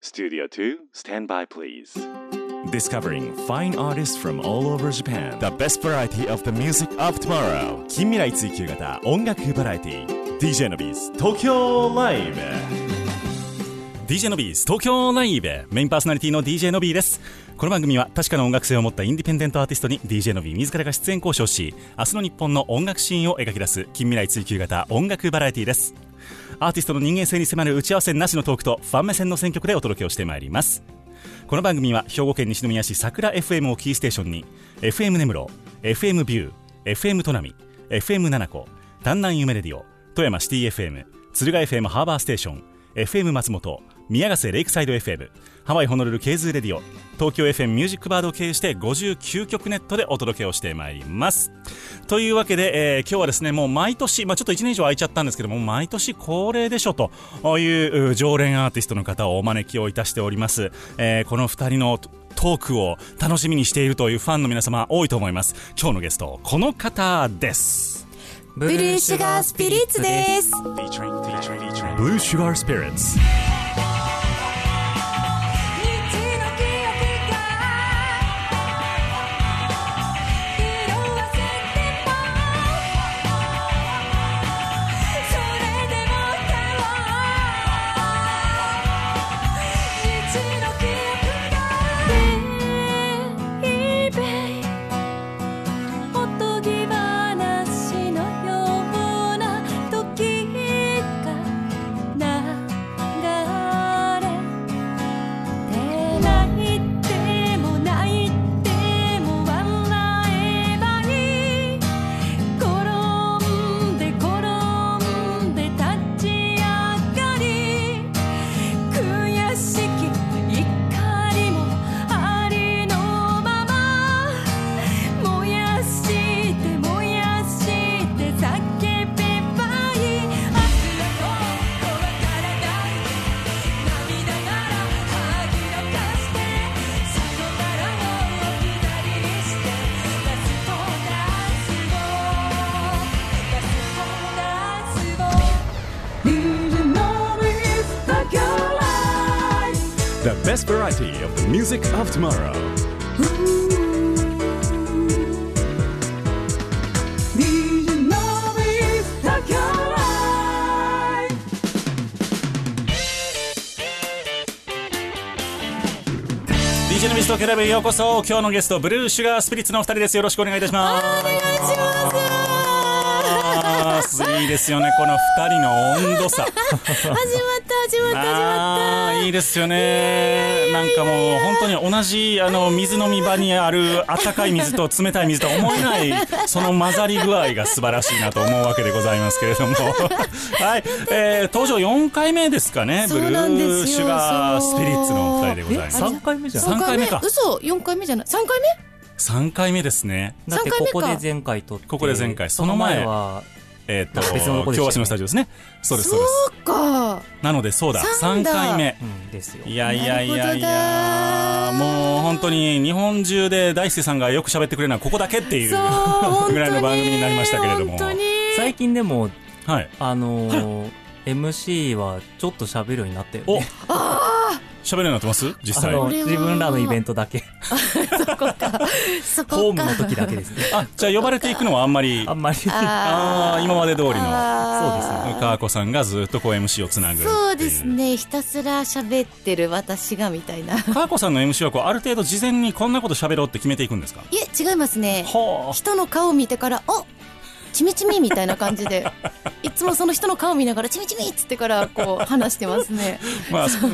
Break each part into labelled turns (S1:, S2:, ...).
S1: Studio 2, stand by please.
S2: Discovering fine artists from all over Japan. The best variety of the music of tomorrow. 近未来追求型音楽バラエティ DJ のビーズ東京ライブ DJ のビーズ東京ライブメインパーソナリティの DJ のビーです。この番組は確かな音楽性を持ったインディペンデントアーティストに DJ のビー自らが出演交渉し、明日の日本の音楽シーンを描き出す近未来追求型音楽バラエティです。アーティストの人間性に迫る打ち合わせなしのトークとファン目線の選曲でお届けをしてまいります。この番組は兵庫県西宮市桜 FM をキーステーションに FM 根室 FM ビュー FM トナミ FM 七子丹南夢レディオ富山シティ FM 鶴ヶ FM ハーバーステーション FM 松本宮ヶ瀬レイクサイド FM ハワイホノルルケイズーレディオ東京 FM ミュージックバードを経由して59曲ネットでお届けをしてまいりますというわけで、えー今日はですねもう毎年、まあ、ちょっと1年以上空いちゃったんですけども毎年恒例でしょというう常連アーティストの方をお招きをいたしております、えーこの2人のトトークを楽しみにしているというファンの皆様多いと思います今日のゲストこの方です
S3: ブルーシュガースピリッツです。
S1: Featuring, featuring, featuring.
S2: ブルーシュガースピリッツ
S4: おとぎ話のような時が流れて泣いても泣いても笑えばいい転んで転んで立ち上がり悔しき怒りもありのまま燃やして燃やして叫べばいいあすらと怖からない涙なら吐きのかして外からの置き去りにしてラスボダンスをラスボダンスを You know it's the girl I
S2: The best variety of the music of tomorrow
S4: You know it's the girl I
S2: ディジェルミストケラブへようこそ今日のゲストブルーシュガースピリッツのお二人ですよろしくお願いいたしますお願いしますいいですよねこの二人の温度差
S3: 始まった、始まった、始ま
S2: あーいいですよねなんかもう本当に同じあの水飲み場にある温かい水と冷たい水とは思えないその混ざり具合が素晴らしいなと思うわけでございますけれどもはい、えー、登場4回目ですかね
S3: そう
S2: ブル
S3: なんですよ
S2: ーシュガースピリッツのお二人でございます
S5: 3回目じゃ
S3: った。
S5: ん
S2: 三回目か
S3: 嘘、四回目じゃない。三回
S2: 3回目ですね
S5: だって
S3: 三回目
S5: こ
S3: か
S5: こで前回撮って
S2: ここで前回
S5: その前
S2: その前
S5: は
S2: えっ、と、
S5: 別のとこでしたよね
S2: 京橋のスタジオですね。そう
S3: 目。
S2: です、
S3: そ
S2: そうです。
S3: うか。
S2: なので、そうだ、
S3: 三
S2: 3
S3: だ
S2: 回目
S5: う。んですよ
S2: いやいやいやい
S3: な
S2: や
S3: る、ほどだ
S2: もう本当に日本中で大輔さんがよく喋ってくれるのはここだけっていう
S3: そう、本当に。
S2: ぐらいの番組になりましたけれども。
S3: 本当に。
S5: 最近でも
S2: はい。
S5: あの ー MC はちょっと喋るようになったよ
S2: お
S5: ね
S2: 喋るようになってます実
S5: あ
S2: 際。
S5: の
S3: これは
S5: 自分らのイベントだけ
S3: そこか
S5: ホームの時だけですね
S2: あ、じゃあ呼ばれていくのはあんまり
S5: あ、んまり
S2: ああー、今まで通りの。
S3: あー
S2: 川子さんがずっとこう MC をつなぐっていう。
S3: そうですね。ひたすら喋ってる私がみたいな。い
S2: 川子さんの MC はこうある程度事前にこんなこと喋ろうって決めていくんですか
S3: え、違いますね。
S2: は
S3: 人の顔を見てから、おちみちみみたいな感じで、 いつもその人の顔を見ながら、ちみちみっつってから、こう、話してます ね。
S2: あ、まあ、そ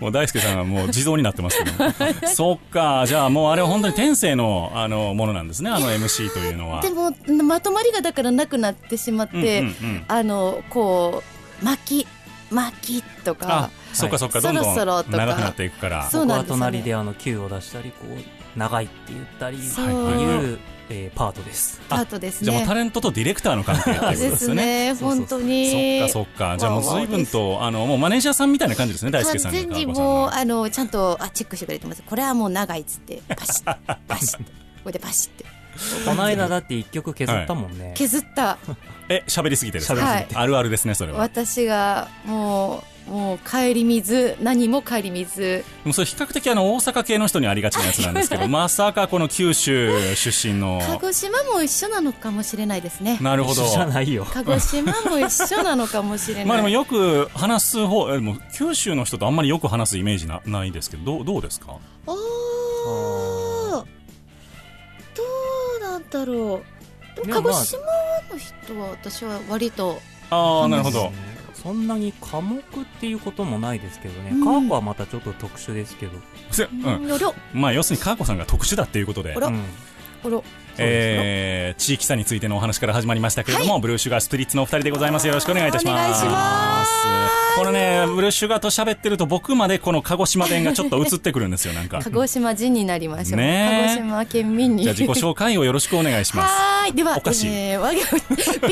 S2: もう大輔さんはもう自動になってますけ どそっかじゃあもうあれは本当に天性のあのものなんですねあの MC というのは
S3: でも、まとまりがだからなくなってしまっ
S2: うん
S3: て、
S2: うんうん
S3: あの、こう、巻き、巻きと
S2: あ
S3: か、
S2: そっかそっ
S3: は
S2: か、
S3: い
S2: どんどん
S3: そろそろ
S2: 長
S3: と
S2: く
S3: か
S2: なっていくから
S3: そう
S5: 僕
S3: なん
S5: は
S3: ですよね
S5: 隣であの Q を出したりこう長いって言ったり
S3: そう
S5: い
S2: はいは
S5: う、えーパートです
S3: パートです
S2: じゃあもうタ
S3: ね。
S2: レントとディレクターの関係っていうこと
S3: で
S2: ですすね
S3: ね、
S5: そうそうそう
S3: 本当に。
S2: そっかそっかじゃあもう随分とあのもうマネージャーさんみたいな感じですね大輔さん
S3: 完全
S2: が
S3: に
S2: 川子さ
S3: もう、
S2: んが
S3: あの、ちゃんと、あ、チェックしてくれてます。これはもう長いっつって、パシッ、パシッ、これでパシ ッって。
S5: この間だって一曲削ったもんね、
S3: 削った
S2: え喋りすぎてです
S5: 喋
S2: か
S3: りすぎ
S2: あるあるですねそれは
S3: 私が、もう、も
S4: もう帰り水何も帰り水
S2: もうそれ比較的あの大阪系の人にありがちなやつなんですけどまさかこの九州出身の
S4: 鹿児島も一緒なのかもしれないですね
S2: なるほど
S5: 一緒じゃないよ。
S4: 鹿児島も一緒なのかもしれない、
S2: まあでもよく話す方えでも九州の人とあんまりよく話すイメージなないですけどどうどうですか
S4: あーどうなんだろうで
S5: い
S4: も鹿
S5: やま
S4: 児
S5: あ
S4: 島の人は私は割と
S2: ああなるほ
S5: そ
S2: ど
S5: うですねそんなに科目っていうこともないですけどね
S4: うん。
S5: 科学はまたちょっと特殊ですけど。
S2: せう
S4: 「
S2: ん
S4: よろ
S2: まあ要するに佳子さんが特殊だっていうことで
S4: あら
S5: うん。
S4: おろ
S2: えー地域差についてのお話から始まりましたけれども、ブルーシュガースプリッツのお二人でございますよろしくお願いいたします
S4: お願いしま
S2: このねブルーシュガーと喋ってると僕までこの鹿児島弁がちょっと映ってくるんですよ なんか
S4: 鹿児島人になりましょう、
S2: ねえ
S4: 鹿児島県民に
S2: じゃあ自己紹介をよろしくお願いします
S4: はーいでは
S2: おかしい
S4: えーわが微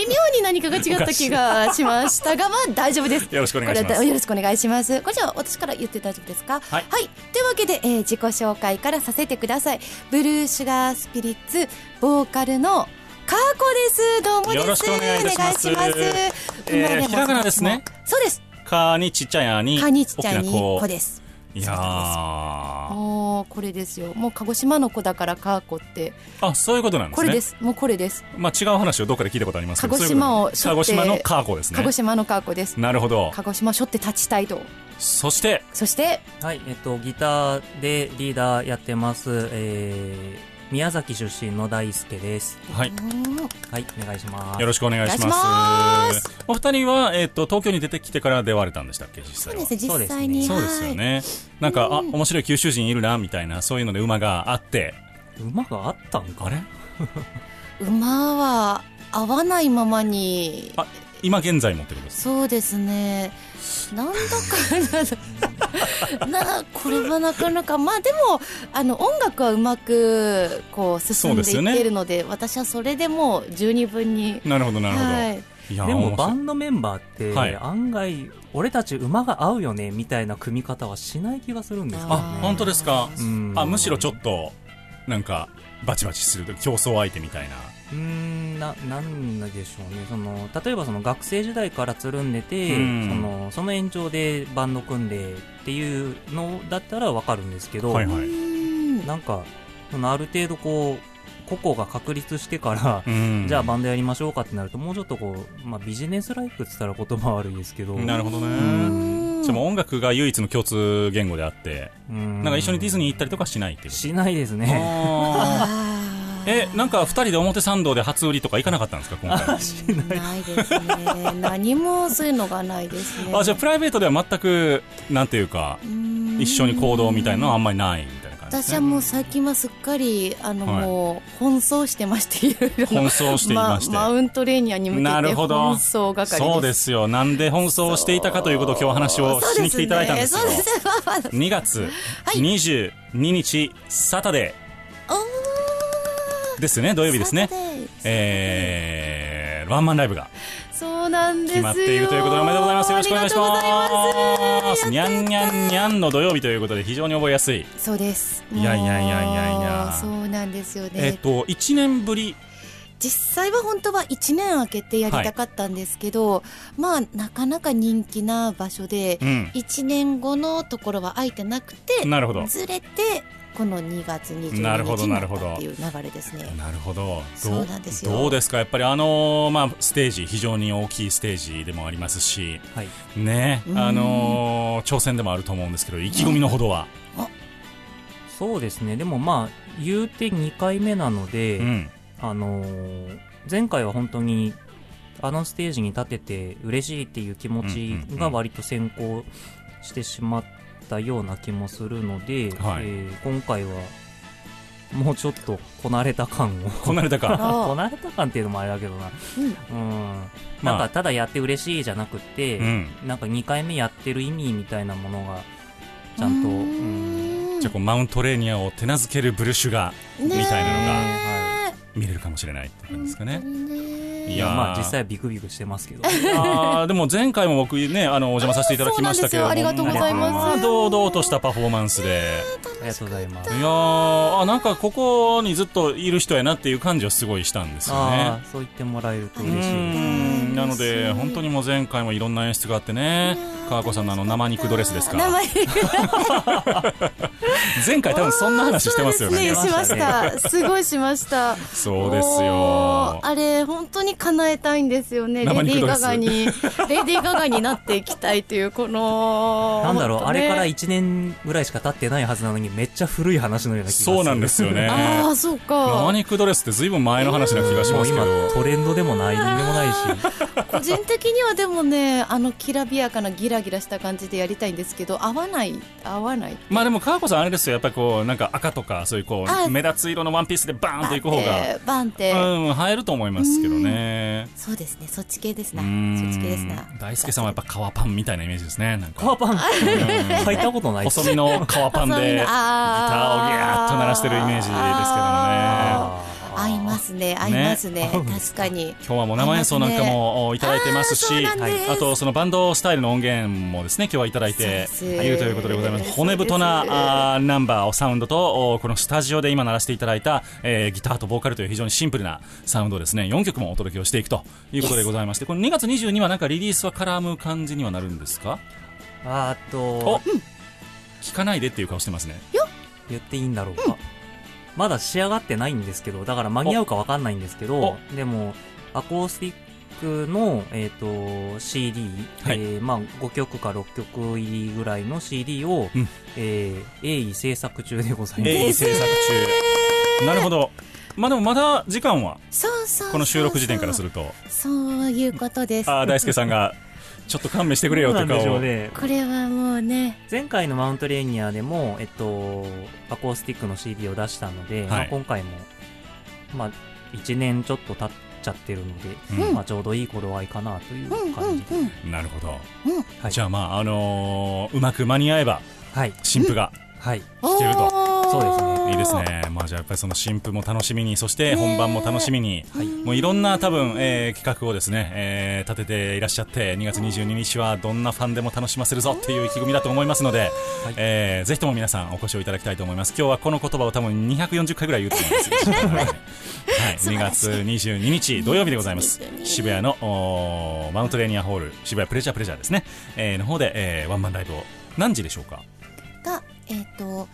S4: 妙に何かが違った気がしましたがまあ大丈夫です
S2: よろしくお願いします
S4: これはよろしくお願いしますこれじゃあ私から言って大丈夫ですか
S2: はい
S4: というわけで、えー自己紹介からさせてくださいブルーシュガースピリッツボーカルのカーコですどうもです
S2: よろしくお願いいたします
S4: お願いします
S2: えー
S4: 生まれも
S2: ひらがなですね
S4: そうです
S2: かにちっちゃいあに
S4: カニちっちゃい
S2: 大
S4: に
S2: きな子
S4: 子です
S2: いやーあ
S4: もうこれですよもう鹿児島の子だからカーコって
S2: そういうことなんです
S4: こ
S2: ね
S4: れですもうこれです
S2: まあ違う話をどっかで聞いたことありますけど
S4: 鹿児島を
S2: そういうことです鹿児島
S4: 背負っ
S2: の
S4: て
S2: カーコです
S4: 鹿
S2: ね
S4: 児島のカーコです
S2: なるほど
S4: 鹿児島を背負って立ちたいと
S2: そして
S4: そして
S5: はい、えっと、ギターでリーダーやってます、えー、宮崎出身の大輔です。
S2: はい
S5: はい、お願いします。
S2: よろしくお願いします
S4: お願いし
S2: お二人は、えっと東京に出てきてから出会われたんでしたっけ実
S4: そ
S2: 際
S4: う
S2: は
S4: ですね
S5: そ
S4: 実
S5: うですね
S4: 際に
S2: そうですよねなんか、あ面白い九州人いるなみたいなそういうので馬があって
S5: 馬があったんか
S2: あれ
S4: はい馬は合わないままに
S2: あ今現在もってことです
S4: そうですねなんだか なこれはなかなかまあでもあの音楽はうまくこう進
S2: そ
S4: んで
S2: うですよ
S4: い
S2: ね
S4: ってるので私はそれでもう十二分に
S2: なるほどなるほど、
S4: はい
S2: い、や
S5: でも
S2: 面白い
S5: バンドメンバーって、
S2: はい
S5: 案外、俺たち馬が合うよね、みたいな組み方はしない気がするんですけどね。
S2: あ本当ですか
S5: うん
S2: あむしろちょっとなんかバチバチする競争相手みたいな
S5: うーんな、なんでしょうね。その、例えばその学生時代からつるんでて、
S2: うん
S5: その、その延長でバンド組んでっていうのだったらわかるんですけど、
S2: はいは
S4: う
S2: い
S4: ん
S5: なんか、そのある程度こう、個々が確立してから、
S2: うん
S5: じゃあバンドやりましょうかってなると、もうちょっとこう、まあビジネスライクって言ったら言葉悪いですけど、
S2: なるほど
S5: う
S2: ね
S4: うん
S2: しかも音楽が唯一の共通言語であって
S5: な
S2: なんか一緒にディズニー行ったり
S5: と
S2: とかしないっていうこと
S5: しないですね。
S2: あ
S4: あ
S2: ー
S4: ー
S2: えなんか二人で表参道で初売りとか行かなかったんですか今 回
S5: しない。
S4: ないですね何もそういうのがないですね
S2: あじゃあプライベートでは全くなんていうか一
S4: 一
S2: 緒に行動みたいなのはあんまりないみたいな感じです
S4: 私
S2: ね
S4: はもう最近はすっかりあの、
S2: はい
S4: もう奔走してましていろいろな
S2: 奔走していまして、
S4: マウントレーニアに向けて
S2: なる
S4: 奔
S2: ほど
S4: 走係です
S2: そうですよなんで奔走していたかということを今日お話をしに来ていただいたんですよ
S4: そうですねそうです
S2: 2月
S4: はい
S2: 22日サタデーですね土曜日ですね
S4: サタデー
S2: えー、ワンマンライブが
S4: そうなんです
S2: 決
S4: よ
S2: まっているということでおめでとうございますよろしくお願いします
S4: あり
S2: に
S4: が
S2: ゃ
S4: とうございますやったやった
S2: んにゃんにゃんの土曜日ということで非常に覚えやすい
S4: そうです
S2: いやいやいやいやいや
S4: もうそうなんですよね、
S2: えっと1年ぶり
S4: 実際は本当は1年空けてやりたかったんですけど、まあなかなか人気な場所で
S2: うん
S4: 1年後のところは空いてなくて
S2: なるほど
S4: ずれてこの2月22日に
S2: なるほどな
S4: な
S2: る
S4: っ
S2: ほど
S4: たっていう流れですね。
S2: なるほどど
S4: そうなんですよ
S2: どうですかやっぱりあのーまあステージ非常に大きいステージでもありますし
S5: はい。
S2: ね
S4: うん
S2: あのー挑戦でもあると思うんですけど意気込みのほどは、
S5: そうですね。でもまあ、言うて2回目なので、
S2: うん、
S5: あのー前回は本当に、あのステージに立てて嬉しいっていう気持ちが割と先行してしまったような気もするので、
S2: はい
S5: えー今回は、もうちょっとこなれた感を。
S2: こなれたか
S4: あー
S5: こなれた感っていうのもあれだけどな。
S4: うん
S5: うん。
S2: ま
S5: な
S2: あ
S5: んか、ただやって嬉しいじゃなくて、
S2: うん
S5: なんか2回目やってる意味みたいなものが、ちゃんと、
S4: うー
S5: うん
S4: ん
S2: じゃあこうマウントレーニアを手なずけるブルシュがみたいなのが
S5: は
S2: 見れるかもしれないって感じですかね。
S4: ね
S2: い
S5: い
S2: や
S5: や、
S2: ー
S5: まあ実際ビクビクしてますけど。
S2: あーでも前回も僕ねあのお邪魔させていただきましたけれども
S4: あーそうなんですよありがとうございます
S2: あ堂々としたパフォーマンスで
S5: ありがとうございま
S2: い
S5: す。
S2: やーあなんかここにずっといる人やなっていう感じはすごいしたんですよ
S5: あ
S2: ね
S5: あ、そう言ってもらえると
S2: う
S5: 嬉しいです。
S2: んうんなので本当にもう前回もいろんな演出があってね川子さんのあの生肉ドレスですか
S4: 生
S2: 前回多分そんな話してますよね
S4: そうですねしました。すごいしました。
S2: そうです
S4: もう
S2: よ
S4: あれ本当に叶えたいんですよね。レデ
S2: 生
S4: ィ
S2: 肉
S4: ー
S2: ドレ
S4: ガ
S2: ス
S4: ガにレディーガガになっていきたいというこの
S5: なんだろう、
S4: 本
S5: あ
S4: 当ね
S5: れから1年ぐらいしか経ってないはずなのに、めっちゃ古い話のような気がする。
S2: そうなんですよ。ね
S4: ああそう
S2: 生
S4: か。
S2: 肉ドレスってずいぶん前の話な気がし
S5: も
S2: ま
S5: う
S2: すけど
S5: 今、トレンドでもない、何で もないし。
S4: 個人的にはでもねあのきらびやかなギラギラした感じでやりたいんですけど合わない合わない。
S2: まあでも川子さんあれですよやっぱりこうなんか赤とかそういうこ
S4: あ
S2: う目立つ色のワンピースでバーンといく方が
S4: でバンって、
S2: うん映えると思いますけどね
S4: そうですねそっち系です
S2: う
S4: な。そっち系です
S2: ん
S4: な。
S2: 大輔さんはやっぱ革パンみたいなイメージですねなんか
S5: カーパン、履いたことないし
S2: 細身の革パンでギターをギャーッと鳴らしてるイメージですけどもね
S5: あー
S4: 合いますね合いますね確かに。
S2: 今日はもう生演奏なんかもおいただいてますし
S4: あーそうなんです
S2: はいあとそのバンドスタイルの音源もですね今日はいただいて
S4: そうです
S2: いるということでございま
S4: そう
S2: す
S4: です
S2: 骨太なあーナンバーをサウンドとおこのスタジオで今鳴らしていただいた、えーギターとボーカルという非常にシンプルなサウンドをですね4曲もお届けをしていくということでございましてこの2月22はなんかリリースは絡む感じにはなるんですか
S5: あー
S2: お
S5: と、
S2: 聞かないでっていう顔してますね
S5: 言っていいんだろうか。まだ仕上がってないんですけど、だから間に合うかわかんないんですけど、でも、アコースティックの、えー、と CD、
S2: はい
S5: えーまあ、5曲か6曲入りぐらいの CD を、
S2: うん
S5: えー鋭意制作中でございます。
S2: 鋭意制作中なるほどまあでもまだ時間は
S4: そうそう
S2: この収録時点からす
S4: る
S2: ると
S4: そういうことです
S2: あー大輔さんがちょっと勘弁してくれよという
S5: どうなん
S2: 顔
S5: でしょ
S2: を
S5: うね。
S4: これはもうね
S5: 前回のマウントレーニアでも、えっと、アコースティックの CD を出したので、
S2: い
S5: まあ今回も、まあ、1年ちょっと経っちゃってるので、
S2: うん
S5: まあ、ちょうどいい頃合いかなという
S4: うんう
S5: 感
S4: ん
S5: じで。
S4: うん
S2: なるほど、
S4: うん
S5: はい
S2: じゃあまああのーうまく間に合えば
S5: はい、
S2: 新婦が、
S5: はい。
S2: 聞けると
S4: おー
S5: そうですね
S2: いいですねまあじゃあやっぱりその新婦も楽しみにそして
S4: ね
S2: 本番も楽しみに、
S4: はい
S2: もういろんな多分、えー企画をですね、えー立てていらっしゃって2月22日はどんなファンでも楽しませるぞっていう意気込みだと思いますので、
S5: はい
S2: えーぜひとも皆さんお越しをいただきたいと思います今日はこの言葉を多分240回ぐらい言うと思います、はい、2月22日土曜日でございます
S4: 22
S2: 渋谷のおーマウントレーニアホール渋谷プレジャープレジャーですね、えーの方で、えーワンマンライブを何時でしょうか
S4: がえっ、と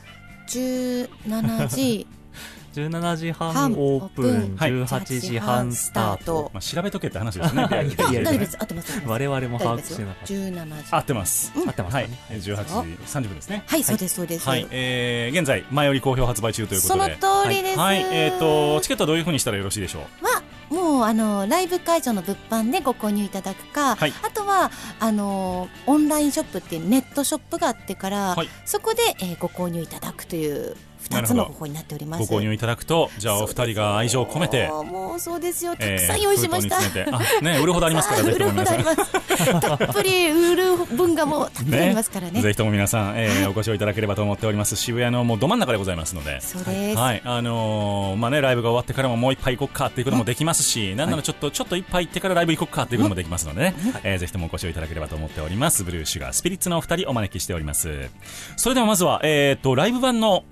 S4: 17時
S5: 17時
S4: 半
S5: 半オープン、
S2: はい
S5: 18時半スタート。
S2: まあ、調べとけって話ですね
S5: い
S4: あ
S5: やいや
S4: 大丈夫
S5: いや
S4: です合ってます合ってます
S5: 我々も
S4: 大丈夫
S5: 把
S4: で
S5: 握し
S4: す
S5: て
S4: よ
S5: なか
S4: 17時
S5: った。
S2: 合ってます、
S5: 合ってます
S2: は
S5: か
S2: い
S5: ね。
S2: 18時30分ですね
S4: はいそうですそうです、
S2: はい、えー現在前売り好評発売中というこ
S4: そ
S2: と
S4: の
S2: で
S4: 通りです、
S2: はい、えっ、と、チケットはどういうふうにしたらよろしいでしょう。
S4: はもうあのライブ会場の物販でご購入いただくか、
S2: はい
S4: あとはあのオンラインショップっていうネットショップがあってから、
S2: はい
S4: そこで、えーご購入いただくという
S2: な
S4: 2
S2: る
S4: つ
S2: ほど
S4: の方法になっております
S2: ご購入いただくと、じゃあ、お二人が愛情を込めて。
S4: もうそうですよた
S2: え
S4: く
S2: ー
S4: さん用意しました、
S2: 封筒に詰めてあ、ね、売るほどありますから、ぜひとも皆さん。
S4: あるほどありますたっぷり売る分がもうたっぷりありますから ね
S2: ぜひとも皆さん、えーお越しをいただければと思っております。渋谷のもうど真ん中でございますので。
S4: そうです、
S2: はい、あのーまあね、ライブが終わってからももう一杯行こっかっていうこともできますし、なんならちょっと、ちょっと一杯行ってからライブ行こっかっていうこともできますのでね、えーぜひともご視聴いただければと思っております。ブルーシュガースピリッツのお二人お招きしております。それではまずは、えっ、と、ライブ版の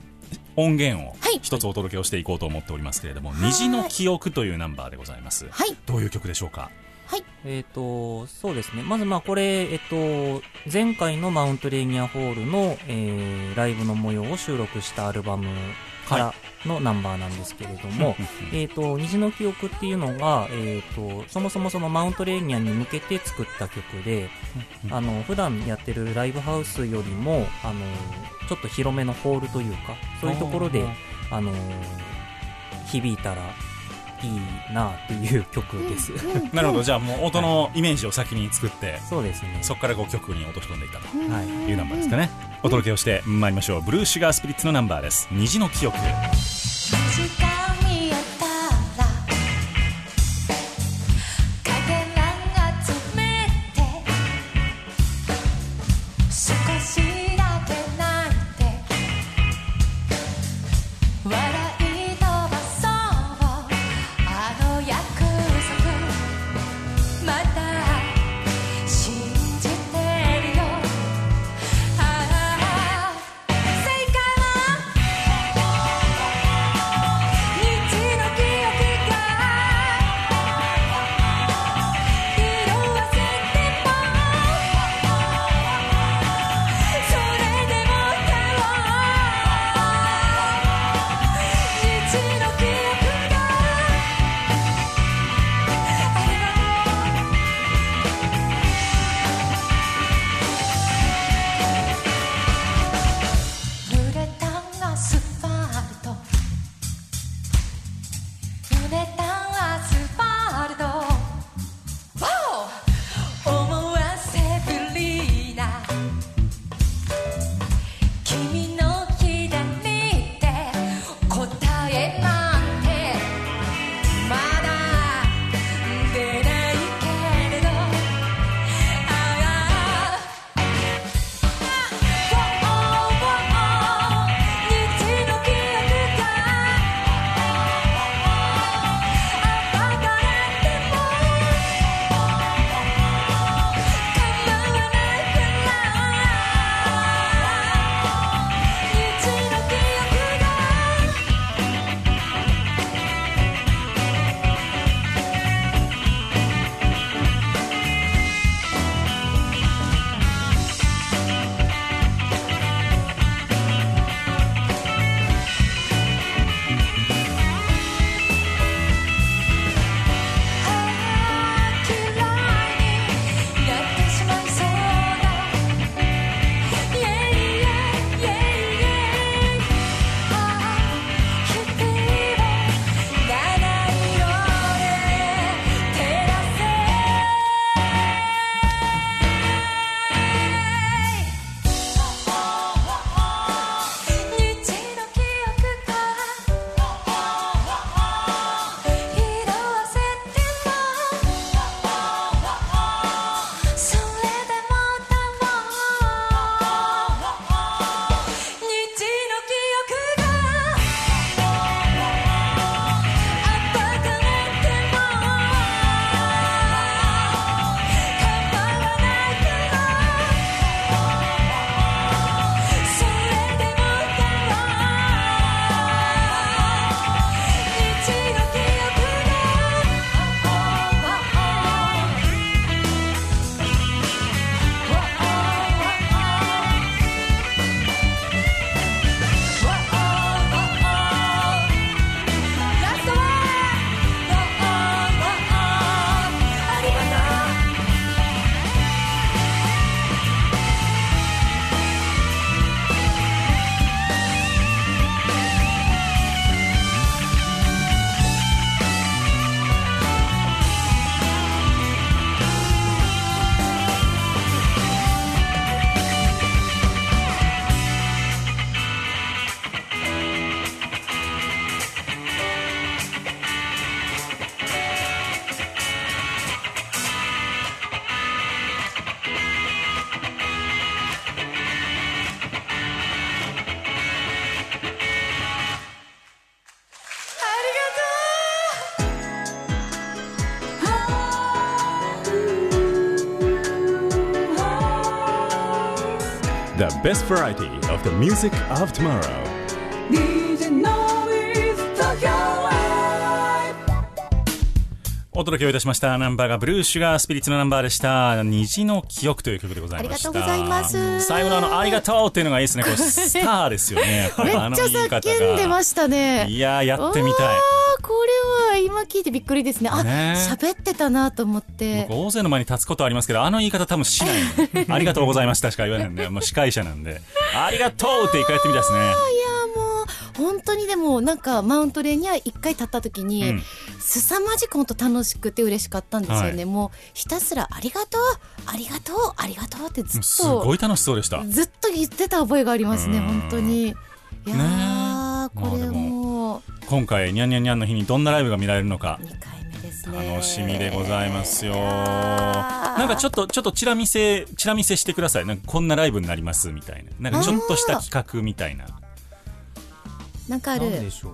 S2: 音源を
S4: はい
S2: 一つお届けをしていこうと思っておりますけれども、虹の記憶というナンバーでございます。
S4: はい
S2: どういう曲でしょうか
S5: えっ、と、そうですね。まずまあこれ、えっ、と、前回のマウントレーニアホールの、えーライブの模様を収録したアルバムからのナンバーなんですけれども、えっと、虹の記憶っていうのが、えっ、と、そもそもそのマウントレーニアに向けて作った曲で、あの、普段やってるライブハウスよりも、あの、ちょっと広めのホールというか、そういうところで、あの、響いたらいいなという曲です。
S2: なるほど、じゃあもう音のイメージを先に作って、
S5: そうですね。
S2: そこからこう曲に落とし込んでいったと。
S5: はい。
S2: いうナンバーですかね、お届けをしてまいりましょうブルーシュガースピリッツのナンバーです虹の記憶
S6: 「見えたら」「かけらがつめて」「少しだけ泣いて」「笑い飛ばそうあの約束」「また信じてるよ」「ああ正解は」「
S7: The best variety of the music of tomorrow.
S8: DJ Nobis Tokyo Live
S2: お届けをいたしましたナンバーがブルーシュガースピリッツのナンバーでした虹の記憶という曲でございました
S4: ありがとうございます
S2: 最後のあのありがとうっていうのがいいですねこれスターですよね
S4: めっちゃ
S2: あの言い方が
S4: 叫んでましたね
S2: いやーやってみたい
S4: あーこれは今聞いてびっくりですねあ
S2: ね
S4: 喋、ってたなと思って
S2: 僕大勢の前に立つことはありますけどあの言い方多分しない ありがとうございましたしか言わないんでもう司会者なんでありがとうって一回やってみたいですね
S4: いやもう本当にでもなんかマウントレーニア一回立った時に、
S2: うん
S4: 凄まじく本当楽しくて嬉しかったんですよね、
S2: はい
S4: もうひたすらありがとうありがとうありがとうってずっ
S2: す
S4: と
S2: ごい楽しそうでした
S4: ずっと言ってた覚えがありますね
S2: うん
S4: 本当にいやー、
S2: ねえ
S4: こ
S2: まあ
S4: れ
S2: でも
S4: も
S2: 今回ニャンニャンニャンの日にどんなライブが見られるのか
S4: 二回目ですね
S2: 楽しみでございますよ。
S4: いやー
S2: なんかちょっと、ちょっとチラ見せ、チラ見せしてください。なんかこんなライブになりますみたいな。なんかちょっとした企画みたいな。
S4: なんかあ
S5: なん
S4: る
S5: でしょう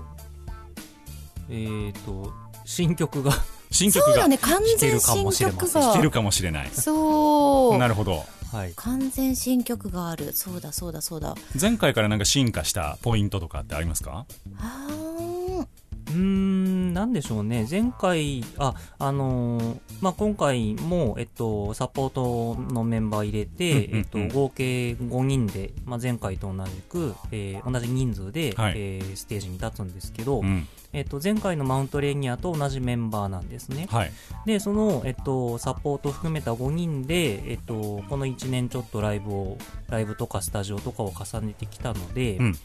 S5: えっ、と新曲が
S2: 新曲
S4: そう
S2: が
S4: だ
S2: 弾
S4: ね完全新曲が
S2: けるかもしれない。
S4: そう
S2: なるほど。
S5: はい
S4: 完全新曲があるそうだそうだそうだ
S2: 前回からなんか進化したポイントとかってありますか
S4: あー
S5: うーん、なんでしょうね。前回、あ、あのーまあ、今回も、えっと、サポートのメンバー入れて、
S2: うんうんうん
S5: えっと、合計5人で、まあ、前回と同じく、えー同じ人数で、
S2: はい
S5: えーステージに立つんですけど、
S2: うん。
S5: えっと、前回のマウントレーニアと同じメンバーなんですね。
S2: はい。
S5: で、その、えっと、サポート含めた5人で、えっと、この1年ちょっとライブを、ライブとかスタジオとかを重ねてきたので、
S2: うん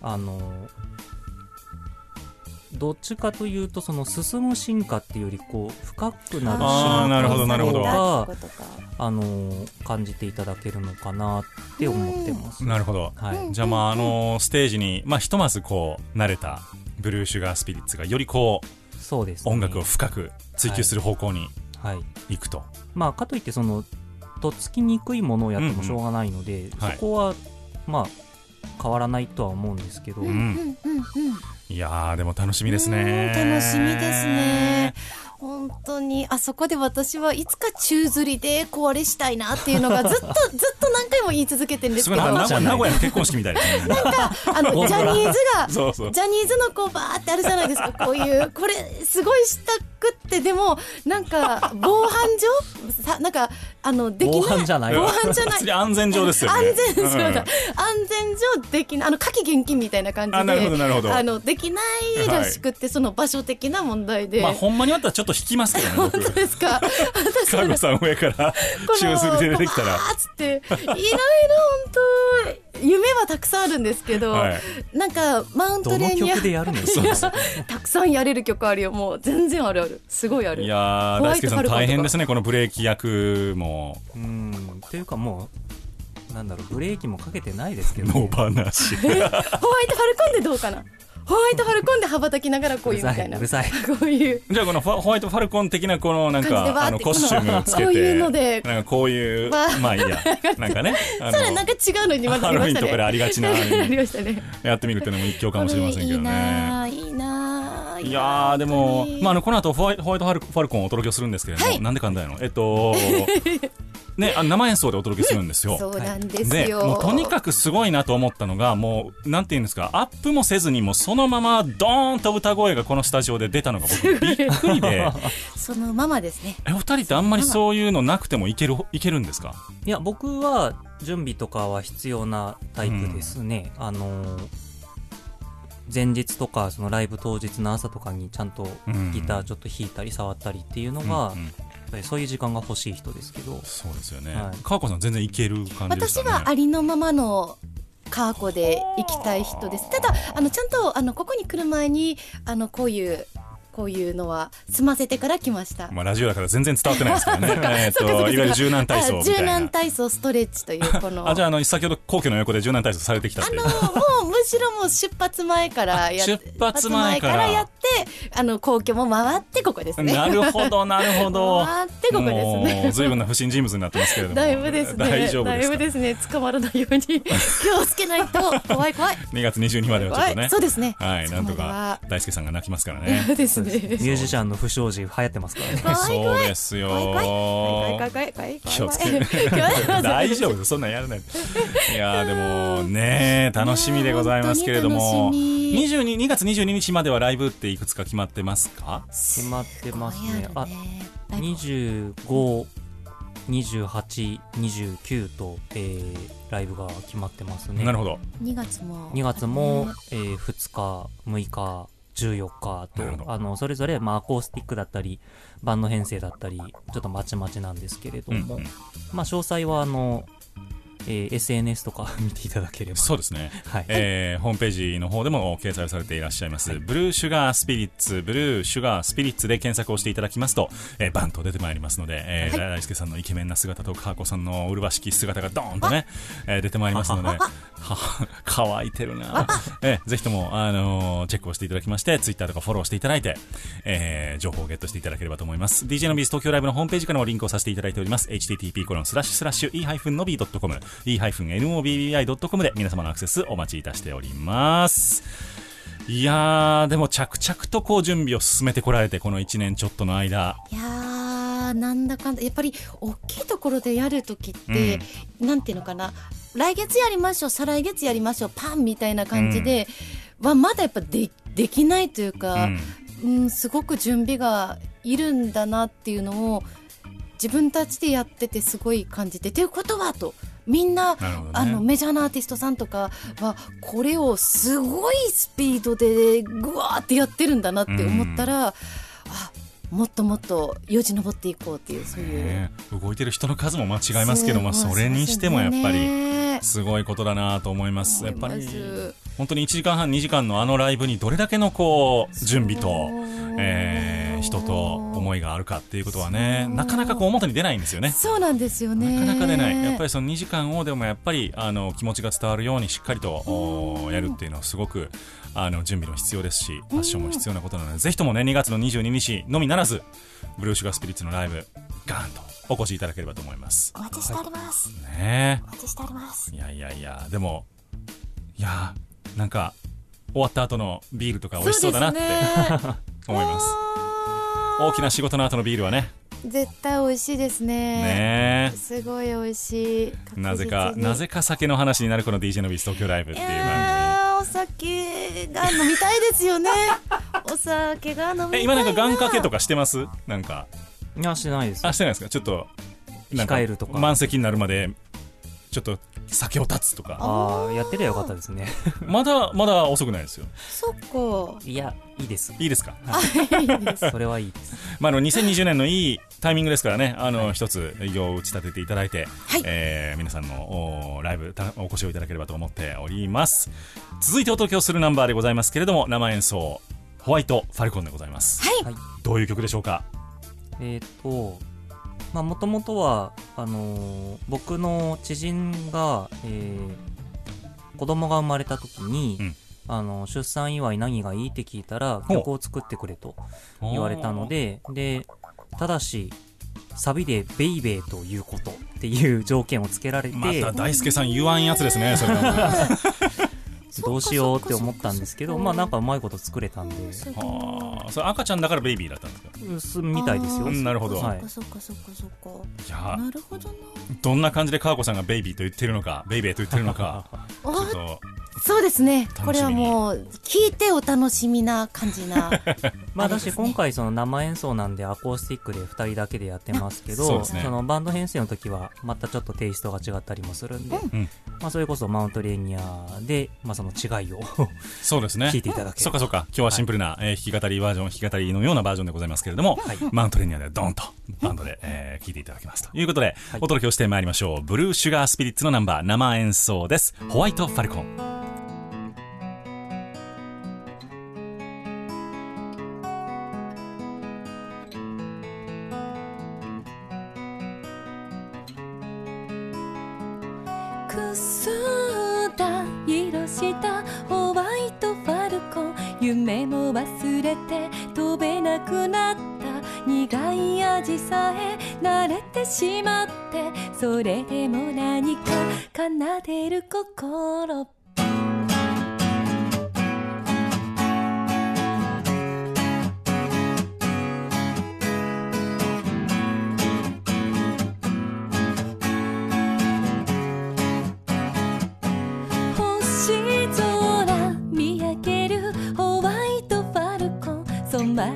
S5: あの、どっちかというと、その進む進化っていうより、こう、深くなる進
S2: あーなるほどなるほど
S5: 化
S4: あー、
S5: が
S4: そういうこ
S5: あの、感じていただけるのかなって思ってます。
S2: なるほど。
S5: はい。
S2: じゃあまあ、あのステージに、まあ、ひとまずこう、慣れたブルーシュガースピリッツがよりこう、
S5: そうです、
S2: 音楽を深く追求する方向に
S5: はい。
S2: 行くと。
S5: まあ、かといってそのとっつきにくいものをやってもしょうがないので、
S2: はい
S5: そこは、まあ変わらないとは思うんですけど、
S2: う
S4: うんんうんうん
S2: いやー、でも楽しみです
S4: うん
S2: ね。
S4: 楽しみですね。本当にあそこで私はいつか宙吊りでこうあれしたいなっていうのがずっとずっと何回も言い続けてるんですす
S2: ご
S4: け
S2: い
S4: ど
S2: な名
S4: あ
S2: 古屋名古屋の結婚式みたいです ね。
S5: ゴ
S4: の
S5: ン
S4: ジ
S5: ド
S4: ャ
S5: ラ
S4: ニーズが
S2: そうそう。
S4: ジャニーズのこうバーってあるじゃないですかこういうこれすごいしたくってでもなんか防犯上さなんかあのできない
S5: 防犯じゃない
S4: 防犯じゃない
S2: 次安全上ですよね。
S4: 安全上だ、
S2: うん
S4: 安全上できないあの火気厳禁みたいな感じで
S2: あ
S4: あ
S2: なるほどなるほど
S4: のできないらしくて、その場所的な問題で、
S2: まあほんまにあったらちょっと引きますけどね。
S4: 本
S2: 僕
S4: 当で すか私
S2: カー
S4: この
S2: ゴさん上から宙吊りで出てきた
S4: こ
S2: ら
S4: う。あーっつっていろいろ本当夢はたくさんあるんですけど、
S2: はい
S4: なんかマウント
S5: ど
S4: レー
S5: の
S4: ニア
S5: 曲でやる の
S4: たくさんやれる曲あるよもう全然あるあるすごいある
S2: いやー
S4: ホワ
S2: 大
S4: イ
S2: 輔
S4: ト
S2: さ
S4: カ
S2: ん
S4: ルボンとか
S2: 大変ですねこのブレーキ役も
S5: うんというかもうなんだろうブレーキもかけてないですけど、
S2: 野放 し。
S4: ホワイトファルコンでどうかなホワイトファルコンで羽ばたきながらこういうみたいな
S5: うるさい
S4: こういう
S2: じゃあこのファホワイトファルコン的なこのなん
S4: 感じで
S2: か
S4: わーって
S2: あのコスチュームつけて
S4: こういうので
S2: なんかこういう
S4: わー
S2: まあいいやなん かねあ
S4: それなんか違うのにまだ
S2: ハ
S4: り
S2: ロ
S4: ま
S2: ウィ
S4: し
S2: ン
S4: た
S2: とかであ
S4: ね
S2: りがちな
S4: ありましたね
S2: やってみるっていうのも一興かもしれませんけど
S4: いい
S2: ね。
S4: なあいいなあ
S2: いやーでも
S4: 本当、に
S2: まあ、あのこの後ホワイホワイトファルファルコンをお届けするんですけれども、
S4: はい
S2: なんでかんだいの、えっ とね、あの生演奏でお届けするんですよ。
S4: そうなんです
S2: で
S4: よ
S2: もうとにかくすごいなと思ったのがもうなんていうんですかアップもせずにもうそのままドーンと歌声がこのスタジオで出たのが僕 びっくりで
S4: そのままですね
S2: えお二人ってあんまりそういうのなくてもいけるいけるんですか
S5: いや僕は準備とかは必要なタイプですね、あのー前日とかそのライブ当日の朝とかにちゃんと
S2: うん
S5: ギターちょっと弾いたり触ったりっていうのが、
S2: うんうん
S5: やっぱりそういう時間が欲しい人ですけど
S2: そうですよね、
S5: はい
S2: 川子さん全然いける感じでし
S4: 私
S2: たね
S4: はありのままのカーコで行きたい人です。ただあのちゃんとあのここに来る前にあのこういうこういうのは済ませてから来ました。
S2: まあ、ラジオだから全然伝わってないです けどねえっと
S4: そうかそうかそうか
S2: いわゆる柔軟体操みたい
S4: あ柔
S2: な
S4: 軟体操ストレッチと いうこの
S2: あじゃああの先ほど皇居の横で柔軟体操されてきたっていう
S4: もうむしろもう出発前からやっ
S2: あ出発前から
S4: 出やってあの皇居も回ってここですね。
S2: なるほどなるほど
S4: 回ってここですね
S2: もう随分な不審人物になってますけれども
S4: だいぶですね。
S2: 大丈夫
S4: だ
S2: で
S4: い
S2: す
S4: ぶ
S2: か
S4: ですね。捕まらないよ うに気をつけないと怖い怖い。
S2: 2月22まではちょっと
S4: は
S2: ね
S4: いそうですね
S2: はいなんと
S4: そこまで
S2: か
S4: は
S2: 大輔さんが泣きますから
S4: そ
S2: ね
S4: うですですね。
S5: ミュージシャンの不祥事流行ってますからね。
S4: 怖い怖い
S2: そうですよ
S4: 怖い怖い怖い怖い怖い怖い怖い怖い
S2: 気をつける 大丈夫ですそんなんやらないいやーでもねー楽しみでございますけれども
S4: 本当に楽し
S2: 22 2月22日まではライブっていくつか決まってますか
S5: 決まってます
S4: み。
S5: ね。
S4: あ
S5: あ、、25、28、29と、えーライブが決まってますね。
S2: なるほど
S4: 二月も。
S5: 2月も、えー2日、6日、14日
S2: なるほど
S5: と、あの、それぞれ、まあ、アコースティックだったり、バンド編成だったり、ちょっとまちまちなんですけれど
S2: うんう
S5: も、
S2: ん
S5: まあ、詳細は、あの、えー SNS とか 見ていただければ。
S2: そうですね
S5: はい。
S2: えーホームページの方でも掲載されていらっしゃいます、ブルーシュガースピリッツ、ブルーシュガースピリッツで検索をしていただきますと、えーバンと出てまいりますので、えー大輔さんのイケメンな姿と、川子さんの麗しき姿がドーンとね、えー出てまいりますので、は乾いてるな、えーぜひとも、あのーチェックをしていただきまして、ツイッターとかフォローしていただいて、えー情報をゲットしていただければと思います。DJ のビーズ東京ライブのホームページからもリンクをさせていただいております。http コロンスラッシュスラッシュ e-nobi.com e-nobbi.com で皆様のアクセスお待ちいたしております。いやー、でも着々とこう準備を進めてこられて、この1年ちょっとの間。
S4: いやーなんだかんだやっぱり大きいところでやるときって、なんていうのかな来月やりましょう再来月やりましょうパンみたいな感じで、はまだやっぱでできないという
S2: う
S4: か、
S2: ん、
S4: うんすごく準備がいるんだなっていうのを自分たちでやっててすごい感じて。ということはとみんな
S2: なるほどね。
S4: あのメジャーなアーティストさんとかはこれをすごいスピードでぐわーってやってるんだなって思ったら、あもっともっとよじ登っていこうっていうそういう。
S2: ね動いてる人の数も間違いますけど、まあ、
S4: すご
S2: そ
S4: い
S2: れにしてもやっぱり。
S4: ね
S2: すごいことだなと思います。やっぱ
S4: 思い
S2: り
S4: ます
S2: 本当に1時間半、2時間のあのライブにどれだけのこう準備と
S4: そう、
S2: えー人と思いがあるかっていうことはね、
S4: そう
S2: なかなかこう表に出ないんですよね。
S4: そうなんですよね
S2: なかなか出ない、やっぱりその2時間をでもやっぱりあの気持ちが伝わるようにしっかりとおやるっていうのはすごくあの準備も必要ですし、ファッションも必要なことなので、ぜひともね、2月の22日のみならず、ブルーシュガースピリッツのライブ、ガーンとお越しいただければと思います。
S4: お待ちしております
S2: ねえ
S4: お待ちしております
S2: いやいやいや、でも、いやー、なんか、終わった後のビールとか美味しそうだなって
S4: そうですね
S2: 思います。大きな仕事の後のビールはね、
S4: 絶対美味しいですね
S2: ね
S4: すごい美味しい
S2: え、なぜか
S4: 確、実に
S2: なぜか酒の話になるこの DJ のビース東京ライブっ
S4: い
S2: ていう番
S4: やーお酒が飲みたいです よねお酒が飲みたいな
S2: 組。え、今なんか願掛けとかしてますなんか、
S5: いや、してないです。
S2: あ、してないですかちょっと、なん
S5: 控えるとか
S2: 満席になるまで、ちょっと酒を断つとか。
S5: ああ、やってりゃよかったですね。
S2: まだ、まだ遅くないですよ。
S4: そっか
S5: いや、いいです。
S2: いいですか
S5: それはいいです。
S2: まあ、あの2020年のいいタイミングですからね、あの一つ偉業を打ち立てていただいて、
S4: はい
S2: えー皆さんのおライブたお越しをいただければと思っております。続いてお届けをするナンバーでございますけれども、生演奏、ホワイト・ファルコンでございます。
S4: はい
S5: はい
S2: どういう曲でしょうか
S5: えっ、と、まあ、もともとは、あのー僕の知人が、えー子供が生まれた時に、
S2: うん
S5: あの、出産祝い何がいいって聞いたら、
S2: ほう
S5: 曲を作ってくれと言われたの、で、で、ただし、サビでベイベーということっていう条件をつけられて、
S2: また大輔さん言わんやつですね、それ は。
S5: どうしようって思ったんですけど、まあなんかうまいこと作れたんで、
S4: そっか
S2: はあそれ赤ちゃんだからベイビーだったんですか
S5: うんみたいです
S4: あ
S5: よ。
S2: ーなるほど
S5: はい
S4: そっかそっかそっかそっ
S2: いや
S4: かなるほどな
S2: どんな感じで川子さんがベイビーと言ってるのか、ベイベーと言ってるのか、 ちょっ
S4: あ
S2: と、
S4: そうですね
S2: みに
S4: これはもう聞いてお楽しみな感 じな
S5: まあ、
S4: あれ
S5: だ
S4: で
S5: し
S4: すね
S5: 今回その生演奏なんでアコースティックで2人だけでやってますけど
S2: そうですね
S5: のバンド編成の時はまたちょっとテイストが違ったりもするんで、
S2: ん
S5: まあ、それこそマウントレーニアで、まあ、その違いを
S2: そうですね。
S5: 聞いていただけ
S2: そ
S5: れば
S2: うかそうか。今日はシンプルな、えー弾き語りバージョン、弾き語りのようなバージョンでございますけれども、マウントレーニアではドンとバンドで、えー、聞いていただきますということで、お届けをしてまいりましょう。ブルーシュガースピリッツのナンバー生演奏です。ホワイトファルコン。
S6: くすんだ色したホワイトファルコン夢も忘れて飛べなくなった苦い味さえ慣れてしまってそれでも何か奏でる心「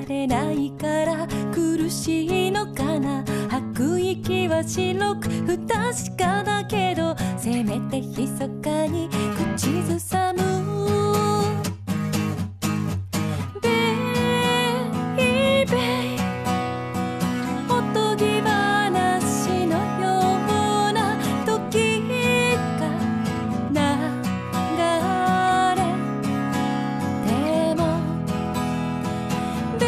S6: れないから苦しいのかな吐く息は白く不確かだけどせめて密かに口ずさむベイベイおとぎ話のような時が流れてもベ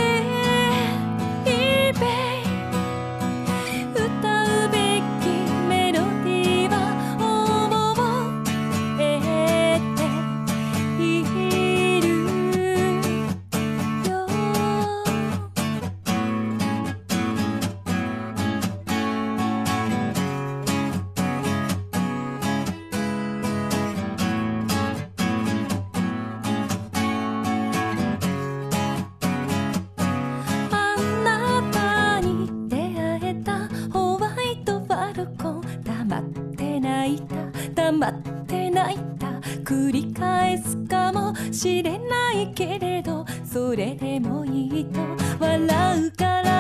S6: イベイ歌うべきメロディーは覚えているよあなたに出会えたホワイトファルコン黙って泣いた黙って泣いた繰り返すかもしれないけれどそれでもいいと笑うから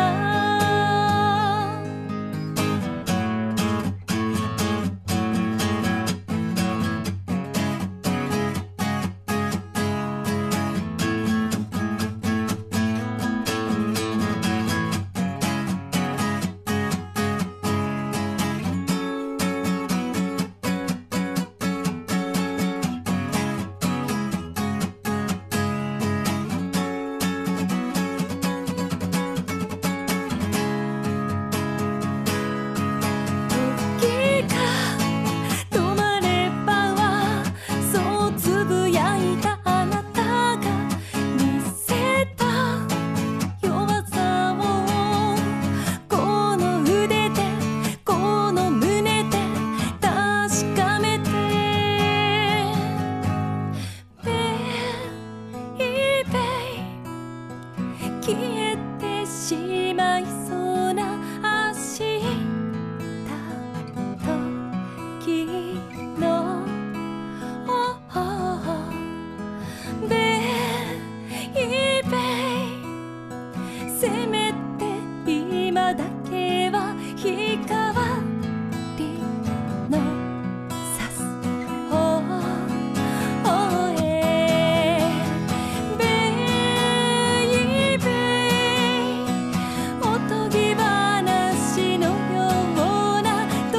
S6: 「時が止まればは」「そうつぶやいたあなたが見せた弱さを」「この腕でこの胸で確かめて」「ベイベイ」「消えてしまいそうな足」「た時のベイベイ」「せめて今だけは日替わりのさす方へ」「ベイベイ」おとぎ話のような時